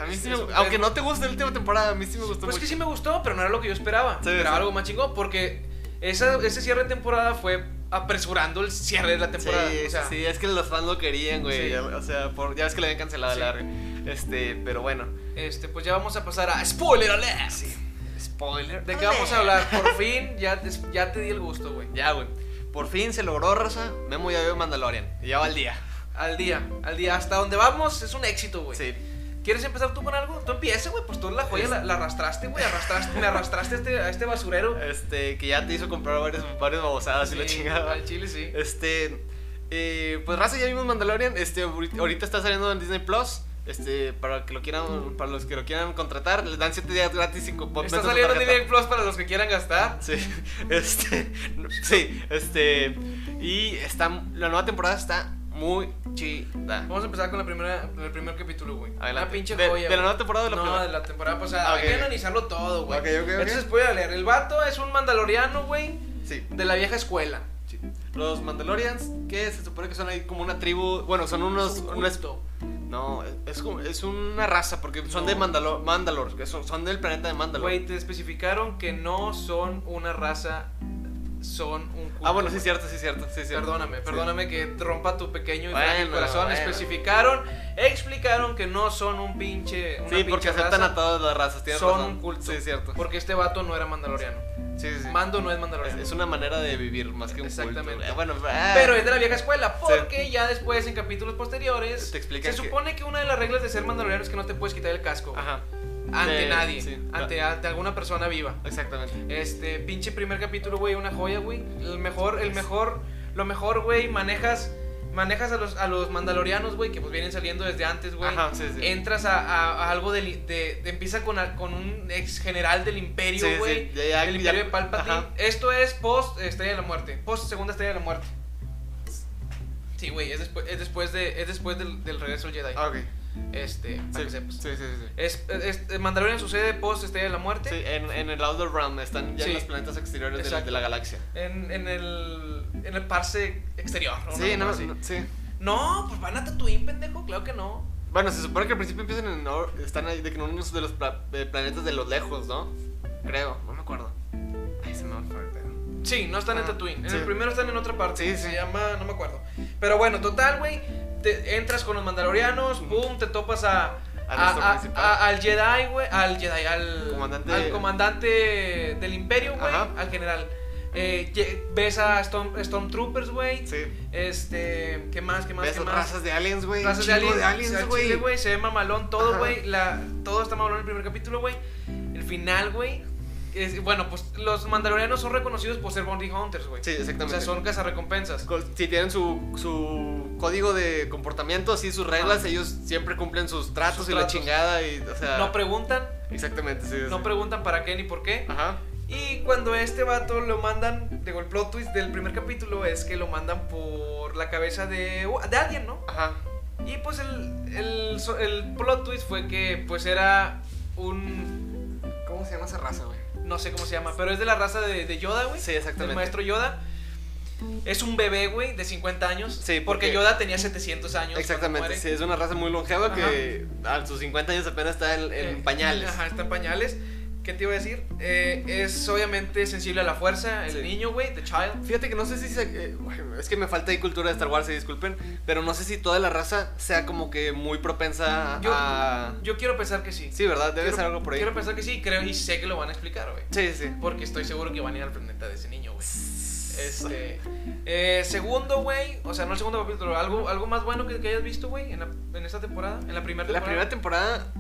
Speaker 2: A mí sí,
Speaker 1: Sí,
Speaker 2: me-
Speaker 1: es un-
Speaker 2: aunque no te guste la última temporada, a mí sí me gustó
Speaker 1: Pues
Speaker 2: mucho.
Speaker 1: que sí me gustó, pero no era lo que yo esperaba.
Speaker 2: Sí,
Speaker 1: esperaba
Speaker 2: sí.
Speaker 1: algo más chingón, porque esa, ese cierre de temporada fue apresurando el cierre de la temporada.
Speaker 2: Sí,
Speaker 1: o sea,
Speaker 2: sí, es que los fans lo querían, güey.
Speaker 1: Sí.
Speaker 2: ya- O sea, por, ya ves que le habían cancelado
Speaker 1: Sí.
Speaker 2: la larga. Este, pero bueno.
Speaker 1: Este, pues ya vamos a pasar a spoiler alert.
Speaker 2: Spoiler.
Speaker 1: ¿De qué vamos a hablar? Por fin, ya, te- ya te di el gusto, güey.
Speaker 2: Ya, güey. Por fin se logró, raza. Memo ya vio Mandalorian. Y ya va al día.
Speaker 1: Al día, al día. Hasta donde vamos es un éxito, güey.
Speaker 2: Sí.
Speaker 1: ¿Quieres empezar tú con algo? Tú empieza, güey. Pues tú la joya la, la arrastraste, güey. Arrastraste, me arrastraste a este, a este basurero.
Speaker 2: Este, que ya te hizo comprar varias, varias babosadas y la chingada.
Speaker 1: Al chile, sí.
Speaker 2: Este, eh, pues raza, ya vimos Mandalorian. Este, ahorita ahorita está saliendo en Disney Plus. Este, para que lo quieran, para los que lo quieran contratar, les dan 7 días gratis sin cupón.
Speaker 1: Está
Speaker 2: menos su
Speaker 1: saliendo en
Speaker 2: tarjeta.
Speaker 1: Direct Plus para los que quieran gastar.
Speaker 2: Sí, <laughs> este, no, sí, este, y está, la nueva temporada está muy chida.
Speaker 1: Vamos a empezar con la primera, el primer capítulo, güey. Una
Speaker 2: Adelante.
Speaker 1: pinche
Speaker 2: De-
Speaker 1: joya.
Speaker 2: de la
Speaker 1: güey.
Speaker 2: nueva temporada o de la
Speaker 1: no,
Speaker 2: primera?
Speaker 1: de la temporada pasada.
Speaker 2: Ah,
Speaker 1: Hay
Speaker 2: ok,
Speaker 1: que
Speaker 2: ok.
Speaker 1: analizarlo todo, güey.
Speaker 2: Ok, ok, ok.
Speaker 1: Entonces, voy a leer. El vato es un mandaloriano, güey,
Speaker 2: Sí,
Speaker 1: de la vieja escuela.
Speaker 2: sí. Los Mandalorians, que se supone que son ahí como una tribu, bueno, son unos,
Speaker 1: Mm, Es un
Speaker 2: unas-
Speaker 1: culto.
Speaker 2: no, es como, es una raza, porque son de
Speaker 1: No.
Speaker 2: Mandalor, Mandalor, que son, son del planeta de Mandalor.
Speaker 1: Güey, te especificaron que no son una raza, son un culto.
Speaker 2: ah, bueno, sí,
Speaker 1: güey.
Speaker 2: cierto, sí, cierto, sí, cierto.
Speaker 1: Perdóname,
Speaker 2: Sí.
Speaker 1: perdóname que rompa tu pequeño y frágil
Speaker 2: Bueno,
Speaker 1: corazón.
Speaker 2: bueno.
Speaker 1: Especificaron, explicaron que no son un pinche. una
Speaker 2: Sí, porque
Speaker 1: pinche
Speaker 2: aceptan
Speaker 1: raza,
Speaker 2: a todas las razas, tienes
Speaker 1: Son
Speaker 2: razón.
Speaker 1: un culto.
Speaker 2: Sí, cierto.
Speaker 1: Porque este vato no era mandaloriano.
Speaker 2: Sí, sí, sí.
Speaker 1: Mando no es
Speaker 2: Es,
Speaker 1: mandaloriano.
Speaker 2: es una manera de vivir más que un culto.
Speaker 1: Exactamente.
Speaker 2: Eh, Bueno, ah.
Speaker 1: Pero es de la vieja escuela, porque ya después, en capítulos posteriores,
Speaker 2: Te explican
Speaker 1: se
Speaker 2: que-
Speaker 1: supone que una de las reglas de ser mandaloriano es que no te puedes quitar el casco güey,
Speaker 2: Ajá.
Speaker 1: ante
Speaker 2: Eh,
Speaker 1: nadie,
Speaker 2: sí.
Speaker 1: ante, ante alguna persona viva.
Speaker 2: Exactamente.
Speaker 1: Este, pinche primer capítulo, güey, una joya, güey. El mejor, el mejor, lo mejor, güey, manejas, manejas a los, a los mandalorianos, güey, que pues vienen saliendo desde antes, güey.
Speaker 2: Ajá, sí, sí.
Speaker 1: Entras a, a- a algo del i- de, de- empieza con, a- con un ex general del
Speaker 2: Sí,
Speaker 1: imperio,
Speaker 2: sí,
Speaker 1: güey.
Speaker 2: ya- ya-
Speaker 1: el
Speaker 2: ya-
Speaker 1: imperio de Palpatine.
Speaker 2: ajá.
Speaker 1: Esto es post Estrella de la Muerte, post Segunda Estrella de la Muerte. Sí, güey, es después, es después de, es después del, del regreso del Jedi.
Speaker 2: Ah, ok.
Speaker 1: Este, para
Speaker 2: Sí,
Speaker 1: que sepas.
Speaker 2: sí, sí, sí. sí.
Speaker 1: Es, es- eh, Mandalorian sucede post Estrella de la Muerte.
Speaker 2: Sí, en, en el Outer Realm están ya
Speaker 1: Sí.
Speaker 2: en los planetas exteriores de la,
Speaker 1: Exacto.
Speaker 2: de la galaxia.
Speaker 1: En, en el. En el parse exterior. ¿no?
Speaker 2: sí,
Speaker 1: Una
Speaker 2: no,
Speaker 1: cosa así.
Speaker 2: no, sí.
Speaker 1: No, pues van a Tatooine, pendejo, claro que no.
Speaker 2: Bueno, se supone que al principio empiezan en. or- Están ahí de que en uno de los pla- eh, planetas de los lejos, ¿no? Creo, no me acuerdo. Ay, se me va a
Speaker 1: Sí, no están en
Speaker 2: Ah,
Speaker 1: Tatooine. En
Speaker 2: sí.
Speaker 1: el primero están en otra parte.
Speaker 2: Sí,
Speaker 1: que
Speaker 2: sí.
Speaker 1: Se llama. No me acuerdo. Pero bueno, total, güey. Te entras con los mandalorianos, boom, te topas a.
Speaker 2: A
Speaker 1: a-
Speaker 2: nuestro
Speaker 1: a-
Speaker 2: principal.
Speaker 1: a- Ah, al Jedi, güey. Al Jedi, al.
Speaker 2: Comandante-
Speaker 1: Al comandante del Imperio, güey.
Speaker 2: Ajá.
Speaker 1: Al general. Eh, ye- ves a Storm, Stormtroopers, güey.
Speaker 2: Sí.
Speaker 1: Este. ¿Qué más? ¿Qué más?
Speaker 2: Ves
Speaker 1: ¿Qué más?
Speaker 2: razas de aliens, güey.
Speaker 1: Razas de
Speaker 2: chingo
Speaker 1: aliens, o sea,
Speaker 2: aliens,
Speaker 1: al chile,
Speaker 2: güey.
Speaker 1: güey. Se ve mamalón todo,
Speaker 2: Ajá.
Speaker 1: güey. La- Todo está mamalón en el primer capítulo, güey. El final, güey. es- Bueno, pues los mandalorianos son reconocidos por ser bounty hunters, güey.
Speaker 2: Sí,
Speaker 1: o
Speaker 2: exactamente.
Speaker 1: sea, son cazarrecompensas.
Speaker 2: Col- Si tienen su, su código de comportamiento, así sus reglas, ellos siempre cumplen sus tratos
Speaker 1: Sus
Speaker 2: y
Speaker 1: tratos.
Speaker 2: la chingada y, o sea...
Speaker 1: No preguntan,
Speaker 2: exactamente, Ah. sí.
Speaker 1: no
Speaker 2: sí.
Speaker 1: preguntan para qué ni por qué.
Speaker 2: Ajá.
Speaker 1: Y cuando a este vato lo mandan, digo, el plot twist del primer capítulo es que lo mandan por la cabeza de, de alguien, ¿no?
Speaker 2: Ajá.
Speaker 1: Y pues el, el, so- el plot twist fue que pues era un...
Speaker 2: ¿Cómo se llama esa raza, güey?
Speaker 1: No sé cómo se llama, pero es de la raza de, de Yoda, güey.
Speaker 2: Sí,
Speaker 1: Del
Speaker 2: exactamente.
Speaker 1: maestro Yoda. Es un bebé, güey, de 50 años.
Speaker 2: Sí,
Speaker 1: porque,
Speaker 2: porque-
Speaker 1: Yoda tenía 700 años. cuando
Speaker 2: Exactamente,
Speaker 1: muere.
Speaker 2: sí, es una raza muy longeva
Speaker 1: Ajá.
Speaker 2: que a sus 50 años apenas está en, en
Speaker 1: Eh,
Speaker 2: pañales.
Speaker 1: Ajá, está en pañales. ¿Qué te iba a decir? Eh, es obviamente sensible a la fuerza, el
Speaker 2: Sí.
Speaker 1: niño, güey, the child.
Speaker 2: Fíjate que no sé si se- eh, güey, es que me falta ahí cultura de Star Wars, se disculpen, pero no sé si toda la raza sea como que muy propensa
Speaker 1: Yo-
Speaker 2: a
Speaker 1: Yo quiero pensar que sí.
Speaker 2: Sí, ¿verdad? Debe
Speaker 1: Quiero-
Speaker 2: ser algo por ahí.
Speaker 1: Quiero pensar que sí, creo y sé que lo van a explicar, güey.
Speaker 2: Sí, sí.
Speaker 1: Porque estoy seguro que van a ir al planeta de ese niño, güey.
Speaker 2: sí.
Speaker 1: Este. eh, segundo, güey. O sea, no el segundo capítulo. ¿Algo, algo más bueno que, que hayas visto, güey, en, la- en esta temporada? En la primera
Speaker 2: La
Speaker 1: temporada.
Speaker 2: primera temporada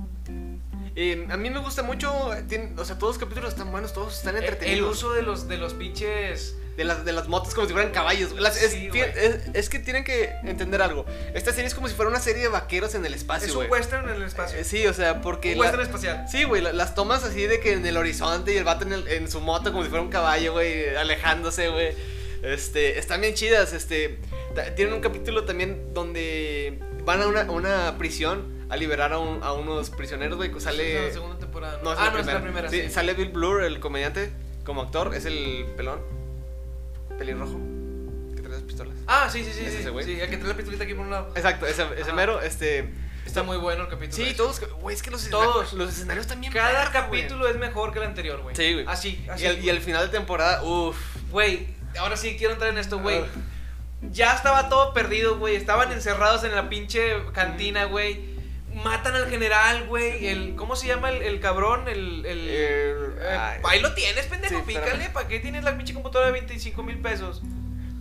Speaker 2: eh, a mí me gusta mucho, eh, tiene- o sea, todos los capítulos están buenos, todos están
Speaker 1: El-
Speaker 2: entretenidos.
Speaker 1: Eh, El uso de los, de los pinches.
Speaker 2: De las, de las motos como si fueran caballos. güey. Las- es,
Speaker 1: Sí,
Speaker 2: fíjate, es, es que tienen que entender algo. Esta serie es como si fuera una serie de vaqueros en el espacio.
Speaker 1: es un
Speaker 2: Ah, güey.
Speaker 1: western en el espacio.
Speaker 2: Eh, Sí, o sea, porque...
Speaker 1: un
Speaker 2: la-
Speaker 1: western espacial.
Speaker 2: Sí, güey, la- las tomas así de que en el horizonte y el vato en, el- en su moto como si fuera un caballo, güey, alejándose, güey. Este, están bien chidas, este. ta- Tienen un capítulo también donde van a una, a una prisión a liberar a, un- a unos prisioneros, güey, que
Speaker 1: Esa es
Speaker 2: sale...
Speaker 1: la segunda temporada.
Speaker 2: No, es
Speaker 1: ah,
Speaker 2: la
Speaker 1: no, es
Speaker 2: primera.
Speaker 1: la primera.
Speaker 2: Sí,
Speaker 1: Sí,
Speaker 2: Sale Bill Blur, el comediante, como actor, es el pelón. Pelirrojo. Que trae las pistolas.
Speaker 1: Ah, sí, sí, sí.
Speaker 2: ¿Es
Speaker 1: sí,
Speaker 2: ese güey?
Speaker 1: sí, el que trae la pistolita aquí por un lado.
Speaker 2: Exacto, ese, ese
Speaker 1: Ajá.
Speaker 2: mero, este.
Speaker 1: Está muy bueno el capítulo.
Speaker 2: Sí,
Speaker 1: ese.
Speaker 2: todos. Güey, es que los
Speaker 1: Todos.
Speaker 2: escenarios. Los escenarios también.
Speaker 1: Cada
Speaker 2: verga, güey.
Speaker 1: capítulo es mejor que el anterior, güey.
Speaker 2: Sí, güey.
Speaker 1: Así, así.
Speaker 2: Y al, y al final de temporada, uff.
Speaker 1: Güey, ahora sí quiero entrar en esto, güey.
Speaker 2: Ah.
Speaker 1: Ya estaba todo perdido, güey. Estaban encerrados en la pinche cantina, güey. Matan al general, güey. El, ¿Cómo se llama el, el cabrón? El. el- eh, ahí lo tienes, pendejo.
Speaker 2: Sí, espérame.
Speaker 1: pícale. ¿Para qué tienes la pinche computadora de 25 mil pesos?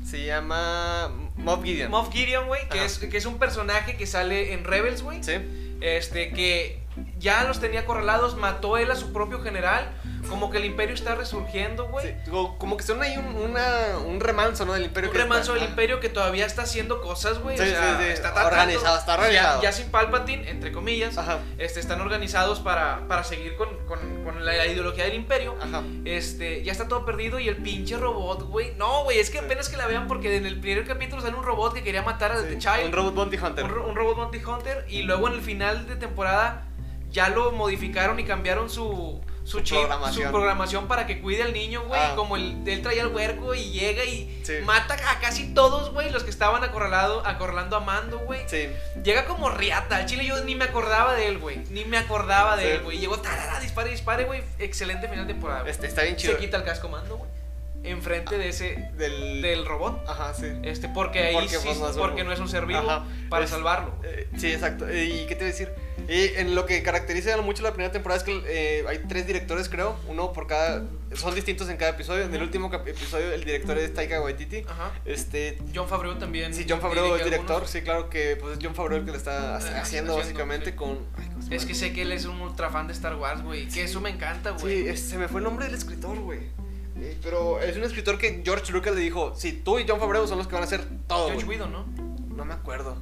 Speaker 2: se llama Mob Gideon.
Speaker 1: Moff Gideon, güey, que
Speaker 2: Ajá.
Speaker 1: es, que es un personaje que sale en Rebels, güey.
Speaker 2: Sí.
Speaker 1: Este, que ya los tenía acorralados, mató él a su propio general. Como que el imperio está resurgiendo, güey.
Speaker 2: sí. Como, como que son ahí un, una- un remanso, ¿no? Del imperio.
Speaker 1: un
Speaker 2: que-
Speaker 1: remanso del
Speaker 2: Ah.
Speaker 1: imperio que todavía está haciendo cosas, güey. o
Speaker 2: Sí,
Speaker 1: sea,
Speaker 2: sí, sí.
Speaker 1: está tratando-
Speaker 2: Organizado, está
Speaker 1: ya-
Speaker 2: organizado.
Speaker 1: Ya, sin Palpatine, entre comillas.
Speaker 2: Ajá.
Speaker 1: Este, están organizados para, para seguir con, con- con la, ideología del imperio.
Speaker 2: Ajá.
Speaker 1: Este, ya está todo perdido y el pinche robot, güey. No, güey, es que
Speaker 2: Sí.
Speaker 1: apenas que la vean porque en el primer capítulo sale un robot que quería matar a The
Speaker 2: Sí,
Speaker 1: Child.
Speaker 2: Un robot bounty hunter.
Speaker 1: un, ro- un robot Monty Hunter y luego en el final de temporada ya lo modificaron y cambiaron su su chip,
Speaker 2: programación.
Speaker 1: su programación para que cuide al niño, güey,
Speaker 2: Ah.
Speaker 1: como el, él traía el huerco y llega y
Speaker 2: Sí.
Speaker 1: mata a casi todos, güey, los que estaban acorralado, acorralando a Mando, güey.
Speaker 2: Sí.
Speaker 1: Llega como riata, al chile yo ni me acordaba de él, güey, ni me acordaba de
Speaker 2: Sí.
Speaker 1: él, güey. Llegó, tarara, dispare, dispare, güey, excelente final de temporada. güey.
Speaker 2: Este, está bien chido.
Speaker 1: Se quita el casco Mando, güey, enfrente de ese
Speaker 2: Del.
Speaker 1: del robot.
Speaker 2: Ajá, sí.
Speaker 1: Este, porque ahí
Speaker 2: Porque,
Speaker 1: sí,
Speaker 2: pues, no es un-
Speaker 1: porque no es un ser vivo
Speaker 2: Ajá.
Speaker 1: para
Speaker 2: Es-
Speaker 1: salvarlo. güey.
Speaker 2: Eh, sí, exacto. Eh, ¿Y qué te iba a decir? Y en lo que caracteriza mucho la primera temporada es que eh, hay tres directores, creo. Uno por cada. Son distintos en cada episodio. En el último cap- episodio, el director es Taika Waititi.
Speaker 1: Ajá.
Speaker 2: Este.
Speaker 1: John Favreau también.
Speaker 2: Sí, John Favreau es
Speaker 1: dirige
Speaker 2: director.
Speaker 1: algunos.
Speaker 2: Sí, claro que pues es John Favreau el que lo está
Speaker 1: Ah,
Speaker 2: hace-
Speaker 1: haciendo,
Speaker 2: haciendo, básicamente
Speaker 1: sí.
Speaker 2: con. ay, ¿cómo se
Speaker 1: Es
Speaker 2: llama?
Speaker 1: que sé que él es un ultra fan de Star Wars, güey. Que eso me encanta, güey.
Speaker 2: Sí, es- se me fue el nombre del escritor, güey. Eh, Pero es un escritor que George Lucas le dijo: Sí, tú y John Favreau son los que van a hacer todo.
Speaker 1: George
Speaker 2: güey".
Speaker 1: Whedon, ¿no?
Speaker 2: No me acuerdo.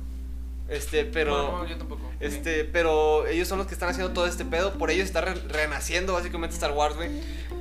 Speaker 2: Este, pero.
Speaker 1: No, no, yo tampoco.
Speaker 2: Este, pero ellos son los que están haciendo todo este pedo. Por ellos está re- renaciendo básicamente Star Wars, güey.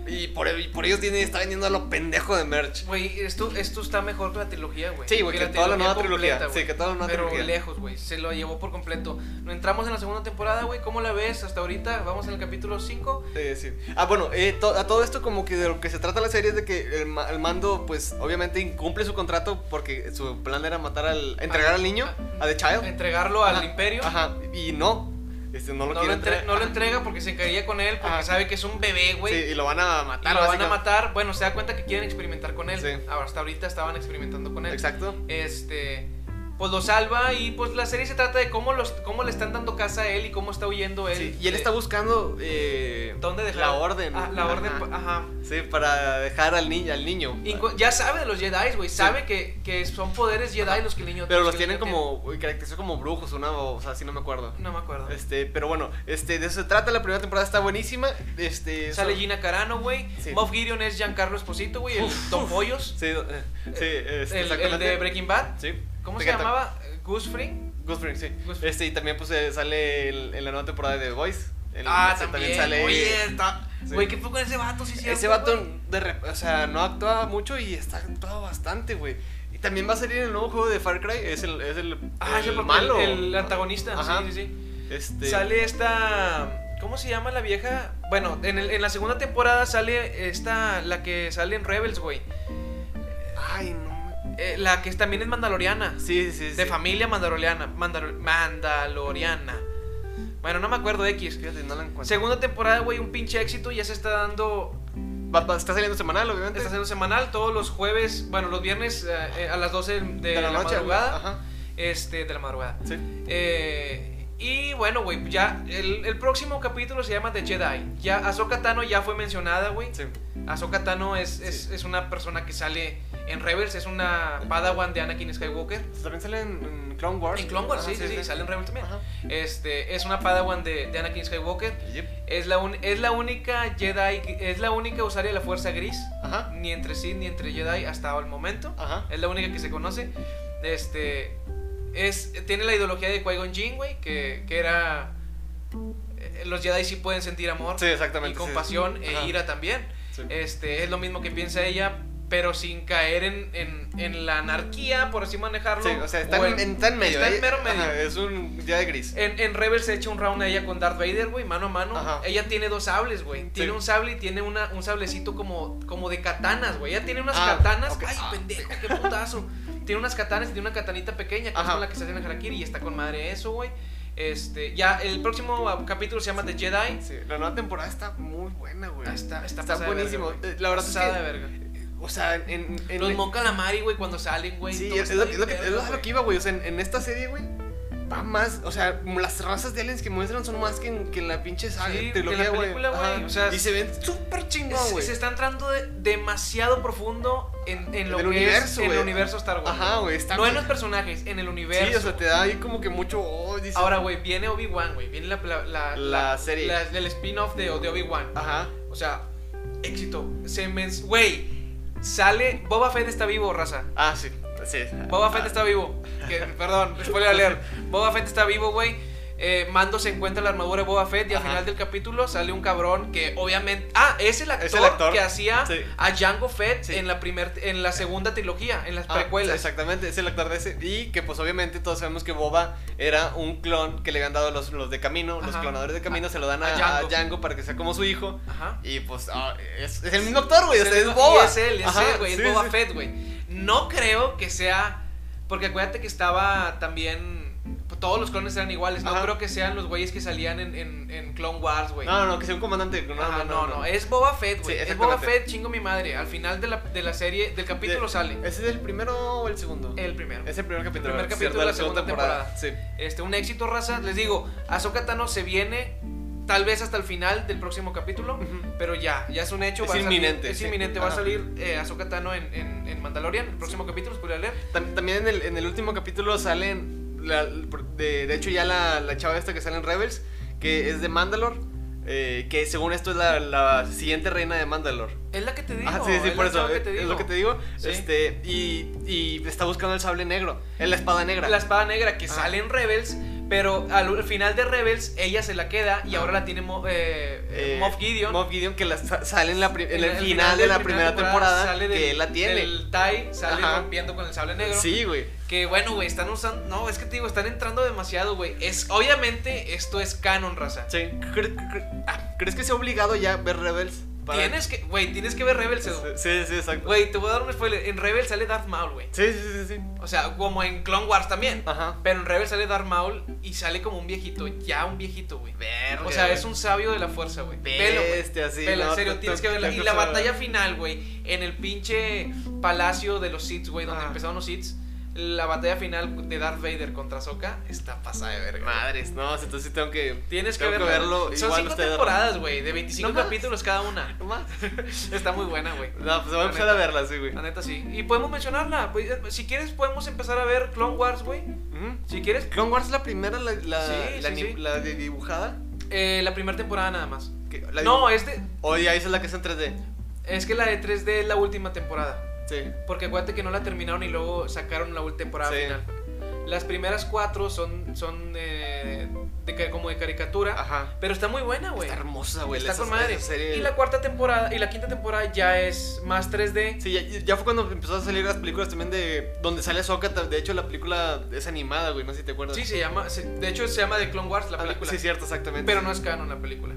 Speaker 2: Y por, y por ellos tiene, está vendiendo a lo pendejo de merch.
Speaker 1: Güey, esto, esto está mejor que la trilogía, güey.
Speaker 2: Sí, güey, que toda la nueva trilogía.
Speaker 1: güey.
Speaker 2: Sí, que toda la nueva
Speaker 1: Pero
Speaker 2: trilogía.
Speaker 1: lejos, güey. Se lo llevó por completo. No entramos en la segunda temporada, güey. ¿Cómo la ves hasta ahorita? Vamos en el capítulo 5.
Speaker 2: Eh, sí. Ah, bueno, eh, to- a todo esto como que de lo que se trata la serie es de que el, ma- el mando pues obviamente incumple su contrato porque su plan era matar al... entregar al niño, a The Child.
Speaker 1: Entregarlo al
Speaker 2: Ajá,
Speaker 1: imperio.
Speaker 2: Ajá, y no, este, no
Speaker 1: No,
Speaker 2: lo
Speaker 1: lo entre-
Speaker 2: quiere entregar.
Speaker 1: no lo entrega porque se caía con él, porque
Speaker 2: Ajá.
Speaker 1: sabe que es un bebé, güey.
Speaker 2: Sí, y lo van a
Speaker 1: Y
Speaker 2: matar.
Speaker 1: lo van a
Speaker 2: básicamente.
Speaker 1: matar. Bueno, se da cuenta que quieren experimentar con él.
Speaker 2: Sí.
Speaker 1: Ahora, Hasta ahorita estaban experimentando con él.
Speaker 2: Exacto.
Speaker 1: Este, pues lo salva y pues la serie se trata de cómo los cómo le están dando casa a él y cómo está huyendo él.
Speaker 2: Sí, y él está buscando... eh,
Speaker 1: ¿Dónde dejar?
Speaker 2: La orden.
Speaker 1: Ah, la orden,
Speaker 2: Ajá.
Speaker 1: pa- ajá.
Speaker 2: Sí, para dejar al, ni al niño.
Speaker 1: Inco- ya sabe de los Jedi, güey. Sabe que, que son poderes Jedi los que el niño
Speaker 2: Pero los
Speaker 1: que el
Speaker 2: tienen
Speaker 1: niño
Speaker 2: como. uy, Caracterizados como brujos, una, o sea, así no me acuerdo.
Speaker 1: tiene. No me acuerdo.
Speaker 2: Este, pero bueno, este, de eso se trata. La primera temporada está buenísima. Este.
Speaker 1: Sale
Speaker 2: son-
Speaker 1: Gina Carano, güey.
Speaker 2: Sí.
Speaker 1: Moff Gideon es Giancarlo Esposito, güey. El Don Pollos.
Speaker 2: Sí, do- eh, sí, este,
Speaker 1: El, el
Speaker 2: exactamente.
Speaker 1: de Breaking Bad.
Speaker 2: Sí.
Speaker 1: ¿Cómo
Speaker 2: Te
Speaker 1: se
Speaker 2: encanta.
Speaker 1: llamaba? Goose Fring.
Speaker 2: Good Friends, sí.
Speaker 1: Good Friends.
Speaker 2: Este, y también pues eh, sale el- en la nueva temporada de The Voice. El-
Speaker 1: Ah,
Speaker 2: o sea,
Speaker 1: también.
Speaker 2: sale.
Speaker 1: Oye, está-
Speaker 2: Sí.
Speaker 1: Güey, ¿qué fue con ese vato? Sí, cierto,
Speaker 2: Ese vato,
Speaker 1: güey.
Speaker 2: de rep- o sea, no actuaba mucho y está actuado bastante, güey. Y también va a salir el nuevo juego de Far Cry. Es el, es el,
Speaker 1: Ah,
Speaker 2: el
Speaker 1: ese papel,
Speaker 2: malo.
Speaker 1: El antagonista.
Speaker 2: Ajá.
Speaker 1: Sí, sí, sí.
Speaker 2: Este,
Speaker 1: Sale esta. ¿Cómo se llama la vieja? Bueno, en, el- en la segunda temporada sale esta, la que sale en Rebels, güey.
Speaker 2: Ay, no. me-
Speaker 1: Eh, la que es- también es mandaloriana.
Speaker 2: Sí, sí, sí.
Speaker 1: De familia mandaloriana. mandalo- mandaloriana. Bueno, no me acuerdo X.
Speaker 2: Fíjate, no la encuentro.
Speaker 1: Segunda temporada, güey, un pinche éxito. Ya se está dando.
Speaker 2: Va- va- está saliendo semanal, obviamente.
Speaker 1: Está siendo semanal. Todos los jueves, bueno, los viernes eh, eh, a las 12 de,
Speaker 2: de la, noche. güey.
Speaker 1: madrugada.
Speaker 2: Ajá.
Speaker 1: Este, de la madrugada.
Speaker 2: Sí.
Speaker 1: Eh, y bueno, güey, ya el, el próximo capítulo se llama The Jedi. Ya Ahsoka Tano ya fue mencionada, güey.
Speaker 2: Sí.
Speaker 1: Ahsoka Tano es, es, es una persona que sale en Rebels, es una padawan de Anakin Skywalker.
Speaker 2: También sale en, en Clone Wars.
Speaker 1: En Clone Wars,
Speaker 2: Ajá,
Speaker 1: sí, sí, sí, sale en Rebels también.
Speaker 2: Ajá.
Speaker 1: Este, es una padawan de, de Anakin Skywalker.
Speaker 2: Yep.
Speaker 1: Es la, un- es la única Jedi, es la única usuaria de la fuerza gris.
Speaker 2: Ajá.
Speaker 1: Ni entre sí ni entre Jedi hasta el momento.
Speaker 2: Ajá.
Speaker 1: Es la única que se conoce. Este. Es, tiene la ideología de Qui-Gon Jinn, güey, que, que era. eh, Los Jedi sí pueden sentir amor
Speaker 2: Sí, exactamente.
Speaker 1: y
Speaker 2: sí.
Speaker 1: compasión e
Speaker 2: Ajá.
Speaker 1: ira también.
Speaker 2: Sí.
Speaker 1: Este, es lo mismo que piensa ella, pero sin caer en, en- en la anarquía, por así manejarlo.
Speaker 2: Sí, o sea, está,
Speaker 1: o
Speaker 2: en, está en medio.
Speaker 1: Está en
Speaker 2: ahí-
Speaker 1: mero medio. Eh,
Speaker 2: ajá, es un ya de gris.
Speaker 1: En, en Rebels se echa un round a ella con Darth Vader, güey, mano a mano.
Speaker 2: Ajá.
Speaker 1: Ella tiene dos sables, güey. Tiene
Speaker 2: Sí.
Speaker 1: un sable y tiene una, un sablecito como, como de katanas, güey. Ella tiene unas
Speaker 2: Ah,
Speaker 1: katanas.
Speaker 2: ok.
Speaker 1: Ay,
Speaker 2: Ah,
Speaker 1: pendejo, qué
Speaker 2: <laughs>
Speaker 1: putazo. tiene unas katanas y tiene una katanita pequeña, que es
Speaker 2: Ajá.
Speaker 1: con la que se hace en el Harakiri y está con madre eso, güey. Este, ya, el próximo ah, capítulo se llama The Jedi.
Speaker 2: Sí, la nueva temporada está muy buena, güey.
Speaker 1: Ah, Está, está,
Speaker 2: Está
Speaker 1: pasada de
Speaker 2: buenísimo.
Speaker 1: verga, güey.
Speaker 2: Eh, La verdad es
Speaker 1: Pasada
Speaker 2: que-
Speaker 1: de verga.
Speaker 2: O sea, en. en, en-
Speaker 1: Los Mon Calamari, güey, cuando salen, güey.
Speaker 2: Sí,
Speaker 1: todo
Speaker 2: es,
Speaker 1: está
Speaker 2: lo, que-
Speaker 1: bien
Speaker 2: es lo que, es
Speaker 1: verga,
Speaker 2: lo
Speaker 1: güey.
Speaker 2: que iba, güey. O sea, en, en esta serie, güey, va más. O sea, las razas de aliens que muestran son más que en, que en la pinche saga,
Speaker 1: Sí, que en la
Speaker 2: trilogía, güey.
Speaker 1: película, güey,
Speaker 2: Ajá.
Speaker 1: o sea,
Speaker 2: y se ven súper chingón,
Speaker 1: Es-
Speaker 2: güey.
Speaker 1: se está entrando de- demasiado profundo en, en lo
Speaker 2: En el
Speaker 1: que es
Speaker 2: universo,
Speaker 1: en el
Speaker 2: güey.
Speaker 1: universo Star Wars.
Speaker 2: Ajá, güey. Está
Speaker 1: No en los personajes, en el universo.
Speaker 2: Sí, o sea, te da ahí como que mucho. oh, dices-
Speaker 1: Ahora, güey, viene Obi-Wan, güey. Viene la, la, la-
Speaker 2: La serie.
Speaker 1: la- el spin-off de, de Obi-Wan.
Speaker 2: Ajá.
Speaker 1: O sea, éxito. Se men- Güey, sale. Boba Fett está vivo, raza.
Speaker 2: Ah, sí. Sí.
Speaker 1: Boba
Speaker 2: Ah.
Speaker 1: Fett está vivo.
Speaker 2: <laughs>
Speaker 1: Que- perdón, spoiler alert. Boba Fett está vivo, güey. Eh, Mando se encuentra la armadura de Boba Fett y al
Speaker 2: Ajá.
Speaker 1: final del capítulo sale un cabrón que obviamente... Ah, es el actor,
Speaker 2: Es el actor.
Speaker 1: que hacía
Speaker 2: Sí.
Speaker 1: a Django Fett
Speaker 2: Sí.
Speaker 1: en, la primer, en la segunda trilogía, en las
Speaker 2: Ah, sí,
Speaker 1: precuelas.
Speaker 2: exactamente, es el actor de ese. Y que pues obviamente todos sabemos que Boba era un clon que le habían dado los, los de camino, los
Speaker 1: Ajá. Ah,
Speaker 2: clonadores de camino, se lo dan
Speaker 1: a
Speaker 2: a, a
Speaker 1: Django.
Speaker 2: Django. para que sea como su hijo.
Speaker 1: Ajá.
Speaker 2: Y pues ah, es, es el mismo actor, güey, o sea,
Speaker 1: el-
Speaker 2: es Boba.
Speaker 1: y es él, es
Speaker 2: Ajá,
Speaker 1: él, güey, es
Speaker 2: sí,
Speaker 1: Boba
Speaker 2: sí.
Speaker 1: Fett, güey. No creo que sea... Porque acuérdate que estaba también... Todos los clones eran iguales. No
Speaker 2: Ajá.
Speaker 1: creo que sean los güeyes que salían en, en, en Clone Wars, güey.
Speaker 2: No, no, que sea un comandante. No,
Speaker 1: Ajá,
Speaker 2: no, no, no.
Speaker 1: es Boba Fett, güey.
Speaker 2: Sí,
Speaker 1: es Boba
Speaker 2: exactamente.
Speaker 1: Fett, chingo mi madre. Al final de la, de la serie, del capítulo
Speaker 2: De-
Speaker 1: sale.
Speaker 2: ¿Ese es el primero o el segundo?
Speaker 1: El primero.
Speaker 2: Es el primer capítulo.
Speaker 1: primer
Speaker 2: cierto,
Speaker 1: capítulo de la segunda
Speaker 2: Sí.
Speaker 1: Este, un éxito, raza. Les digo, Ahsoka Tano se viene tal vez hasta el final del próximo capítulo.
Speaker 2: Ujú.
Speaker 1: Pero ya, ya es un hecho.
Speaker 2: Es
Speaker 1: va a salir-
Speaker 2: inminente,
Speaker 1: es
Speaker 2: sí.
Speaker 1: inminente. Va a
Speaker 2: Ajá.
Speaker 1: salir eh, Ahsoka Tano en, en, en Mandalorian. El próximo capítulo, spoiler leer.
Speaker 2: Tam- También en el, en el último capítulo salen. la- de, de hecho, ya la, la chava esta que sale en Rebels, que es de Mandalore, eh, que según esto es la, la siguiente reina de Mandalore.
Speaker 1: Es la que te digo.
Speaker 2: Ah, sí, sí,
Speaker 1: es
Speaker 2: por
Speaker 1: la
Speaker 2: eso.
Speaker 1: chava que
Speaker 2: eh,
Speaker 1: te
Speaker 2: Es
Speaker 1: digo.
Speaker 2: lo que te digo.
Speaker 1: Sí.
Speaker 2: Este, y, y está buscando el sable negro, eh, la espada negra.
Speaker 1: La espada negra que
Speaker 2: Ah.
Speaker 1: sale en Rebels. Pero al, al final de Rebels, ella se la queda. Y ahora la tiene Mo- eh,
Speaker 2: Eh,
Speaker 1: Moff Gideon.
Speaker 2: Moff Gideon, que la sa- sale en, la pri- en el,
Speaker 1: al
Speaker 2: final, de la primera temporada,
Speaker 1: sale del-
Speaker 2: que él la tiene.
Speaker 1: del Tai sale
Speaker 2: Ajá.
Speaker 1: rompiendo con el sable negro.
Speaker 2: Sí, güey.
Speaker 1: Que bueno, güey, están usando. No, es que te digo, están entrando demasiado, güey. Es, obviamente, esto es canon, raza.
Speaker 2: Sí. Cre- cre- ah, ¿Crees que sea obligado ya ver Rebels? para-
Speaker 1: Tienes que, güey, tienes que ver Rebels, Edu.
Speaker 2: Sí, sí, exacto.
Speaker 1: Güey, te voy a dar un spoiler. En Rebels sale Darth Maul, güey.
Speaker 2: Sí, sí, sí, sí.
Speaker 1: O sea, como en Clone Wars también.
Speaker 2: Ajá.
Speaker 1: Pero en Rebels sale Darth Maul y sale como un viejito, ya un viejito, güey. O sea, es un sabio de la fuerza, güey. Pelo, güey.
Speaker 2: Este, así.
Speaker 1: Vela,
Speaker 2: no,
Speaker 1: en serio,
Speaker 2: te-
Speaker 1: tienes
Speaker 2: te-
Speaker 1: que verla.
Speaker 2: te-
Speaker 1: Y
Speaker 2: te-
Speaker 1: la
Speaker 2: te-
Speaker 1: batalla final, güey, en el pinche palacio de los Sith, güey, donde
Speaker 2: Ah.
Speaker 1: empezaron los Sith. La batalla final de Darth Vader contra Sokka está pasada de verga. güey.
Speaker 2: Madres, no, entonces sí tengo que.
Speaker 1: Tienes que
Speaker 2: tengo
Speaker 1: verlo. Son
Speaker 2: igual
Speaker 1: cinco
Speaker 2: ustedes.
Speaker 1: temporadas, güey, de 25
Speaker 2: No más.
Speaker 1: capítulos cada una.
Speaker 2: No, más.
Speaker 1: <laughs> Está muy buena, güey.
Speaker 2: No, pues voy a
Speaker 1: La
Speaker 2: empezar
Speaker 1: neta.
Speaker 2: a verla, sí, güey.
Speaker 1: La neta sí. Y podemos mencionarla. pues, eh, Si quieres, podemos empezar a ver Clone Wars, güey.
Speaker 2: Ujú.
Speaker 1: Si quieres,
Speaker 2: Clone Wars la primera, la, la,
Speaker 1: Sí,
Speaker 2: la,
Speaker 1: sí,
Speaker 2: ni-
Speaker 1: sí.
Speaker 2: la de dibujada.
Speaker 1: eh, la primera temporada nada más.
Speaker 2: que- la
Speaker 1: No,
Speaker 2: dibu-
Speaker 1: es, de-
Speaker 2: O ya esa es la que es en 3D.
Speaker 1: es que la de 3D es la última temporada.
Speaker 2: Sí.
Speaker 1: Porque acuérdate que no la terminaron y luego sacaron la ul- temporada
Speaker 2: Sí.
Speaker 1: final. Las primeras cuatro son, son eh, de ca- como de caricatura.
Speaker 2: Ajá.
Speaker 1: Pero está muy buena, güey.
Speaker 2: Ah. Está hermosa, güey.
Speaker 1: Está
Speaker 2: esa-
Speaker 1: con madre.
Speaker 2: esa serie-
Speaker 1: Y la cuarta temporada, y la quinta temporada ya es más 3D.
Speaker 2: Sí, ya, ya fue cuando empezó a salir las películas también de donde sale Sokka. De hecho, la película es animada, güey. No sé si te acuerdas.
Speaker 1: Sí, se llama. se- de hecho, se llama The Clone Wars la
Speaker 2: Ah,
Speaker 1: película.
Speaker 2: Sí, cierto, exactamente.
Speaker 1: Pero no es canon la película.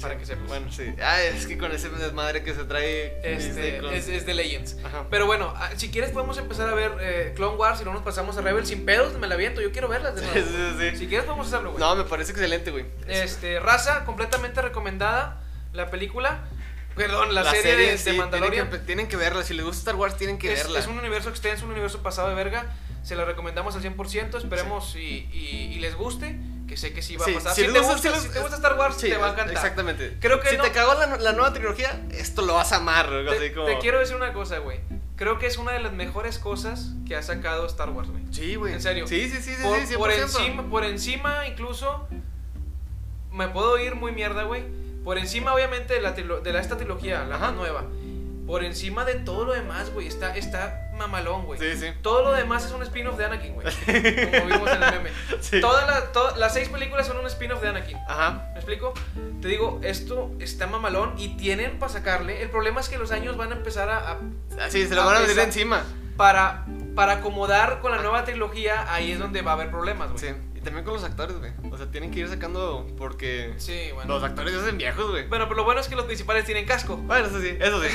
Speaker 1: Para que sepas.
Speaker 2: Bueno, sí. Ah, es que con ese desmadre que se trae. Disney con-
Speaker 1: Este, es, es de Legends.
Speaker 2: Ajá.
Speaker 1: Pero bueno, ah, si quieres podemos empezar a ver eh, Clone Wars y no nos pasamos a Rebels sin pedos, me la viento, yo quiero verlas de
Speaker 2: <laughs> Sí,
Speaker 1: nuevo.
Speaker 2: sí, sí.
Speaker 1: Si quieres podemos hacerlo, güey.
Speaker 2: No, me parece excelente, güey.
Speaker 1: Este, raza, completamente recomendada la película, perdón, la, serie, de, de
Speaker 2: sí, tienen
Speaker 1: Mandalorian.
Speaker 2: que- Tienen que, verla. Si les gusta Star Wars, tienen que
Speaker 1: es,
Speaker 2: verla.
Speaker 1: es un universo extenso, un universo pasado de verga, se la recomendamos al 100%, esperemos y, y- y les guste, que sé que sí va
Speaker 2: Sí,
Speaker 1: a pasar.
Speaker 2: si
Speaker 1: Si,
Speaker 2: les
Speaker 1: te
Speaker 2: gusta-
Speaker 1: gusta,
Speaker 2: si les-
Speaker 1: si te gusta Star Wars,
Speaker 2: Sí,
Speaker 1: te va a encantar.
Speaker 2: Exactamente.
Speaker 1: Creo que
Speaker 2: si
Speaker 1: no-
Speaker 2: te cagó la, la nueva trilogía, esto lo vas a amar. güey,
Speaker 1: Te,
Speaker 2: así como-
Speaker 1: te quiero decir una cosa, güey. Creo que es una de las mejores cosas que ha sacado Star Wars, güey.
Speaker 2: Sí, güey.
Speaker 1: En serio.
Speaker 2: Sí, sí, sí, sí,
Speaker 1: por,
Speaker 2: sí,
Speaker 1: por
Speaker 2: 100%.
Speaker 1: encima, por encima incluso me puedo ir muy mierda, güey. Por encima obviamente de la trilo- de la, esta trilogía, la
Speaker 2: Ajá.
Speaker 1: más nueva. Por encima de todo lo demás, güey, está está mamalón, güey.
Speaker 2: Sí, sí.
Speaker 1: Todo lo demás es un spin-off de Anakin, güey. Como vimos en el meme.
Speaker 2: <laughs> Sí.
Speaker 1: Todas las- to- las seis películas son un spin-off de Anakin.
Speaker 2: Ajá.
Speaker 1: ¿Me explico? Te digo, esto está mamalón y tienen para sacarle. El problema es que los años van a empezar a- a
Speaker 2: Así, Ah, se lo
Speaker 1: A
Speaker 2: van a meter
Speaker 1: pesar-
Speaker 2: encima.
Speaker 1: para, para acomodar con la nueva trilogía, ahí es donde va a haber problemas, güey.
Speaker 2: Sí. Y también con los actores, güey. O sea, tienen que ir sacando porque
Speaker 1: Sí, bueno.
Speaker 2: los actores ya son viejos, güey.
Speaker 1: Bueno, pero lo bueno es que los principales tienen casco
Speaker 2: Bueno, eso sí, eso <laughs> sí.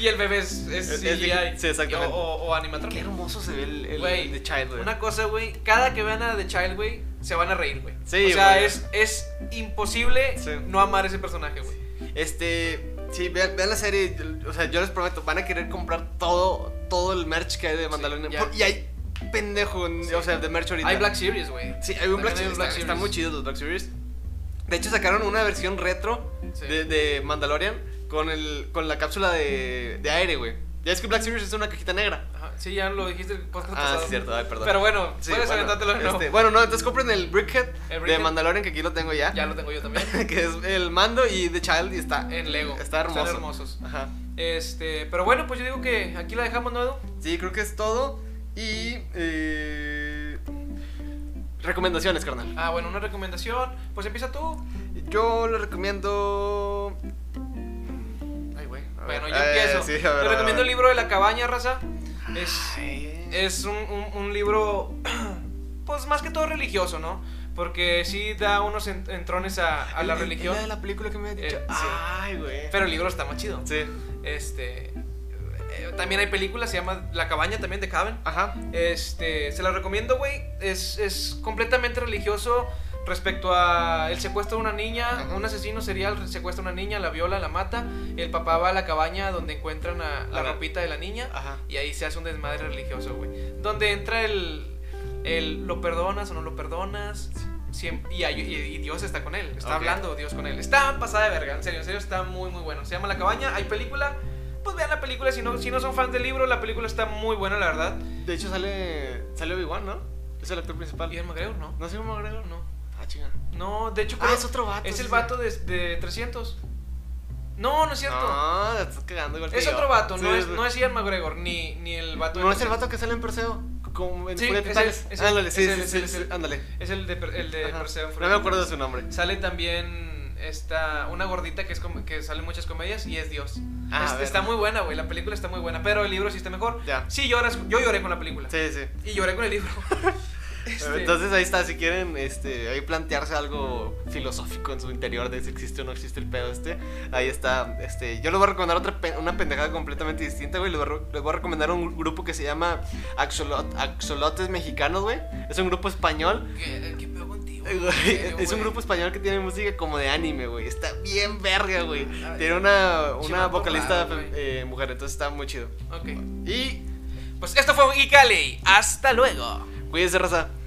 Speaker 1: y el bebé es, es
Speaker 2: Es- es
Speaker 1: CGI.
Speaker 2: digi- sí, exactamente.
Speaker 1: O, o, o
Speaker 2: Qué
Speaker 1: animatronic.
Speaker 2: hermoso se ve el, el,
Speaker 1: Güey,
Speaker 2: el de Child, güey.
Speaker 1: oh, Una cosa, güey, cada que vean a The Child, güey, se van a reír, güey.
Speaker 2: Sí,
Speaker 1: o sea,
Speaker 2: güey.
Speaker 1: es, es imposible
Speaker 2: Sí.
Speaker 1: no amar ese personaje, güey.
Speaker 2: Este, sí, vean, vean la serie. yo- O sea, yo les prometo, van a querer comprar todo, todo el merch que hay de Mandalorian.
Speaker 1: ya.
Speaker 2: Por- y hay pendejo, en-
Speaker 1: Sí.
Speaker 2: o sea, de merch ahorita.
Speaker 1: Hay Black Series, güey.
Speaker 2: Sí, hay
Speaker 1: También
Speaker 2: un Black Series.
Speaker 1: un
Speaker 2: está- Están muy chidos los Black Series. De hecho, sacaron una versión retro
Speaker 1: Sí.
Speaker 2: de, de Mandalorian con, el, con la cápsula de, de aire, güey. Ya es que Black Series es una cajita negra.
Speaker 1: Ajá, Sí, ya lo dijiste en el podcast
Speaker 2: Ah,
Speaker 1: pasado.
Speaker 2: sí, cierto, ay, perdón.
Speaker 1: Pero bueno,
Speaker 2: Sí,
Speaker 1: puedes
Speaker 2: bueno,
Speaker 1: aventártelo de nuevo.
Speaker 2: este, bueno, no, entonces compren el Brickhead,
Speaker 1: El
Speaker 2: de
Speaker 1: Brickhead.
Speaker 2: Mandalorian, que aquí lo tengo ya.
Speaker 1: <laughs> Ya lo tengo yo también.
Speaker 2: <laughs> que es el mando y The Child y está
Speaker 1: En Lego.
Speaker 2: Está hermoso.
Speaker 1: Están hermosos.
Speaker 2: Ajá.
Speaker 1: Este, pero bueno, pues yo digo que aquí la dejamos, ¿no, Edu?
Speaker 2: Sí, creo que es todo. Y. eh, recomendaciones, carnal.
Speaker 1: Ah, bueno, una recomendación. Pues empieza tú.
Speaker 2: Yo le recomiendo. Ay, güey. a
Speaker 1: Bueno,
Speaker 2: ver.
Speaker 1: yo
Speaker 2: Eh,
Speaker 1: empiezo.
Speaker 2: sí, a ver,
Speaker 1: Te
Speaker 2: a ver, a
Speaker 1: recomiendo el
Speaker 2: ver. Ah,
Speaker 1: libro de la cabaña, raza. Es,
Speaker 2: Ay.
Speaker 1: es un, un- un libro, <clears throat> pues más que todo religioso, ¿no? Porque sí da unos en- entrones a, a la
Speaker 2: El- el-
Speaker 1: religión.
Speaker 2: La de la película que me ha dicho.
Speaker 1: Eh, sí.
Speaker 2: Ay, güey.
Speaker 1: Pero el libro está más chido.
Speaker 2: Sí.
Speaker 1: Este, eh, también hay películas, se llama La cabaña también de Caben.
Speaker 2: Ajá.
Speaker 1: Este, se la recomiendo, güey. Es, es completamente religioso respecto a el secuestro de una niña.
Speaker 2: Ajá.
Speaker 1: Un asesino serial secuestra a una niña, la viola, la mata. El papá va a la cabaña donde encuentran a la
Speaker 2: Ajá.
Speaker 1: ropita de la niña.
Speaker 2: Ajá.
Speaker 1: Y ahí se hace un desmadre religioso, güey. Donde entra el, el lo perdonas o no lo perdonas. Siem- y, hay- y- y Dios está con él. Está
Speaker 2: Ok.
Speaker 1: hablando Dios con él. Está pasada de verga. En serio, en serio, está muy, muy bueno. Se llama La Cabaña. Hay película. Pues vean la película. Si no, si no son fans del libro, la película está muy buena, la verdad.
Speaker 2: De hecho, sale. Sale Obi-Wan, ¿no? Es el actor principal.
Speaker 1: Ian McGregor, no.
Speaker 2: No sé cómo agregar, no. Ah, chinga.
Speaker 1: No, de hecho,
Speaker 2: Ah,
Speaker 1: creo-
Speaker 2: es otro vato,
Speaker 1: Es
Speaker 2: sí,
Speaker 1: el
Speaker 2: sí.
Speaker 1: vato de, de 300. No, no es cierto.
Speaker 2: No, te estás cagando igual que
Speaker 1: es
Speaker 2: yo.
Speaker 1: otro vato, no,
Speaker 2: Ah, Sí,
Speaker 1: es,
Speaker 2: sí.
Speaker 1: no es Ian McGregor, ni, ni el vato. de
Speaker 2: ¿No es
Speaker 1: 300.
Speaker 2: el vato que sale en Perseo? Como en
Speaker 1: Sí,
Speaker 2: Furia de
Speaker 1: es
Speaker 2: Titanes.
Speaker 1: él, es él,
Speaker 2: Ándale, sí,
Speaker 1: es él,
Speaker 2: sí,
Speaker 1: es
Speaker 2: sí,
Speaker 1: él, es
Speaker 2: sí,
Speaker 1: él.
Speaker 2: ándale.
Speaker 1: Es el de, Per- el de
Speaker 2: Ajá.
Speaker 1: Perseo. en
Speaker 2: No me
Speaker 1: Furia.
Speaker 2: acuerdo de su nombre.
Speaker 1: Sale también esta, una gordita que, es com- que sale en muchas comedias y es Dios.
Speaker 2: Ah,
Speaker 1: Es-
Speaker 2: a ver.
Speaker 1: está muy buena, güey, la película está muy buena, pero el libro sí está mejor.
Speaker 2: Ya.
Speaker 1: Sí, lloras, yo lloré con la película.
Speaker 2: Sí, sí.
Speaker 1: Y lloré con el
Speaker 2: <laughs>
Speaker 1: libro. Este,
Speaker 2: Entonces ahí está, si quieren este, ahí plantearse algo filosófico en su interior de si existe o no existe el pedo este, ahí está. Este, yo les voy a recomendar otra pe- una pendejada completamente distinta, güey. Les voy, a re- les voy a recomendar un grupo que se llama Axolot- Axolotes Mexicanos, güey. Es un grupo español. <laughs>
Speaker 1: ¿Qué, qué pedo contigo?
Speaker 2: Güey,
Speaker 1: ¿En serio,
Speaker 2: es un
Speaker 1: güey?
Speaker 2: grupo español que tiene música como de anime, güey. Está bien verga, güey.
Speaker 1: Ah,
Speaker 2: Tiene una, una
Speaker 1: Chimato
Speaker 2: vocalista
Speaker 1: raro, güey.
Speaker 2: eh, mujer, entonces está muy chido.
Speaker 1: Ok.
Speaker 2: Y
Speaker 1: Pues esto fue Icali. Hasta luego.
Speaker 2: cuídense, raza.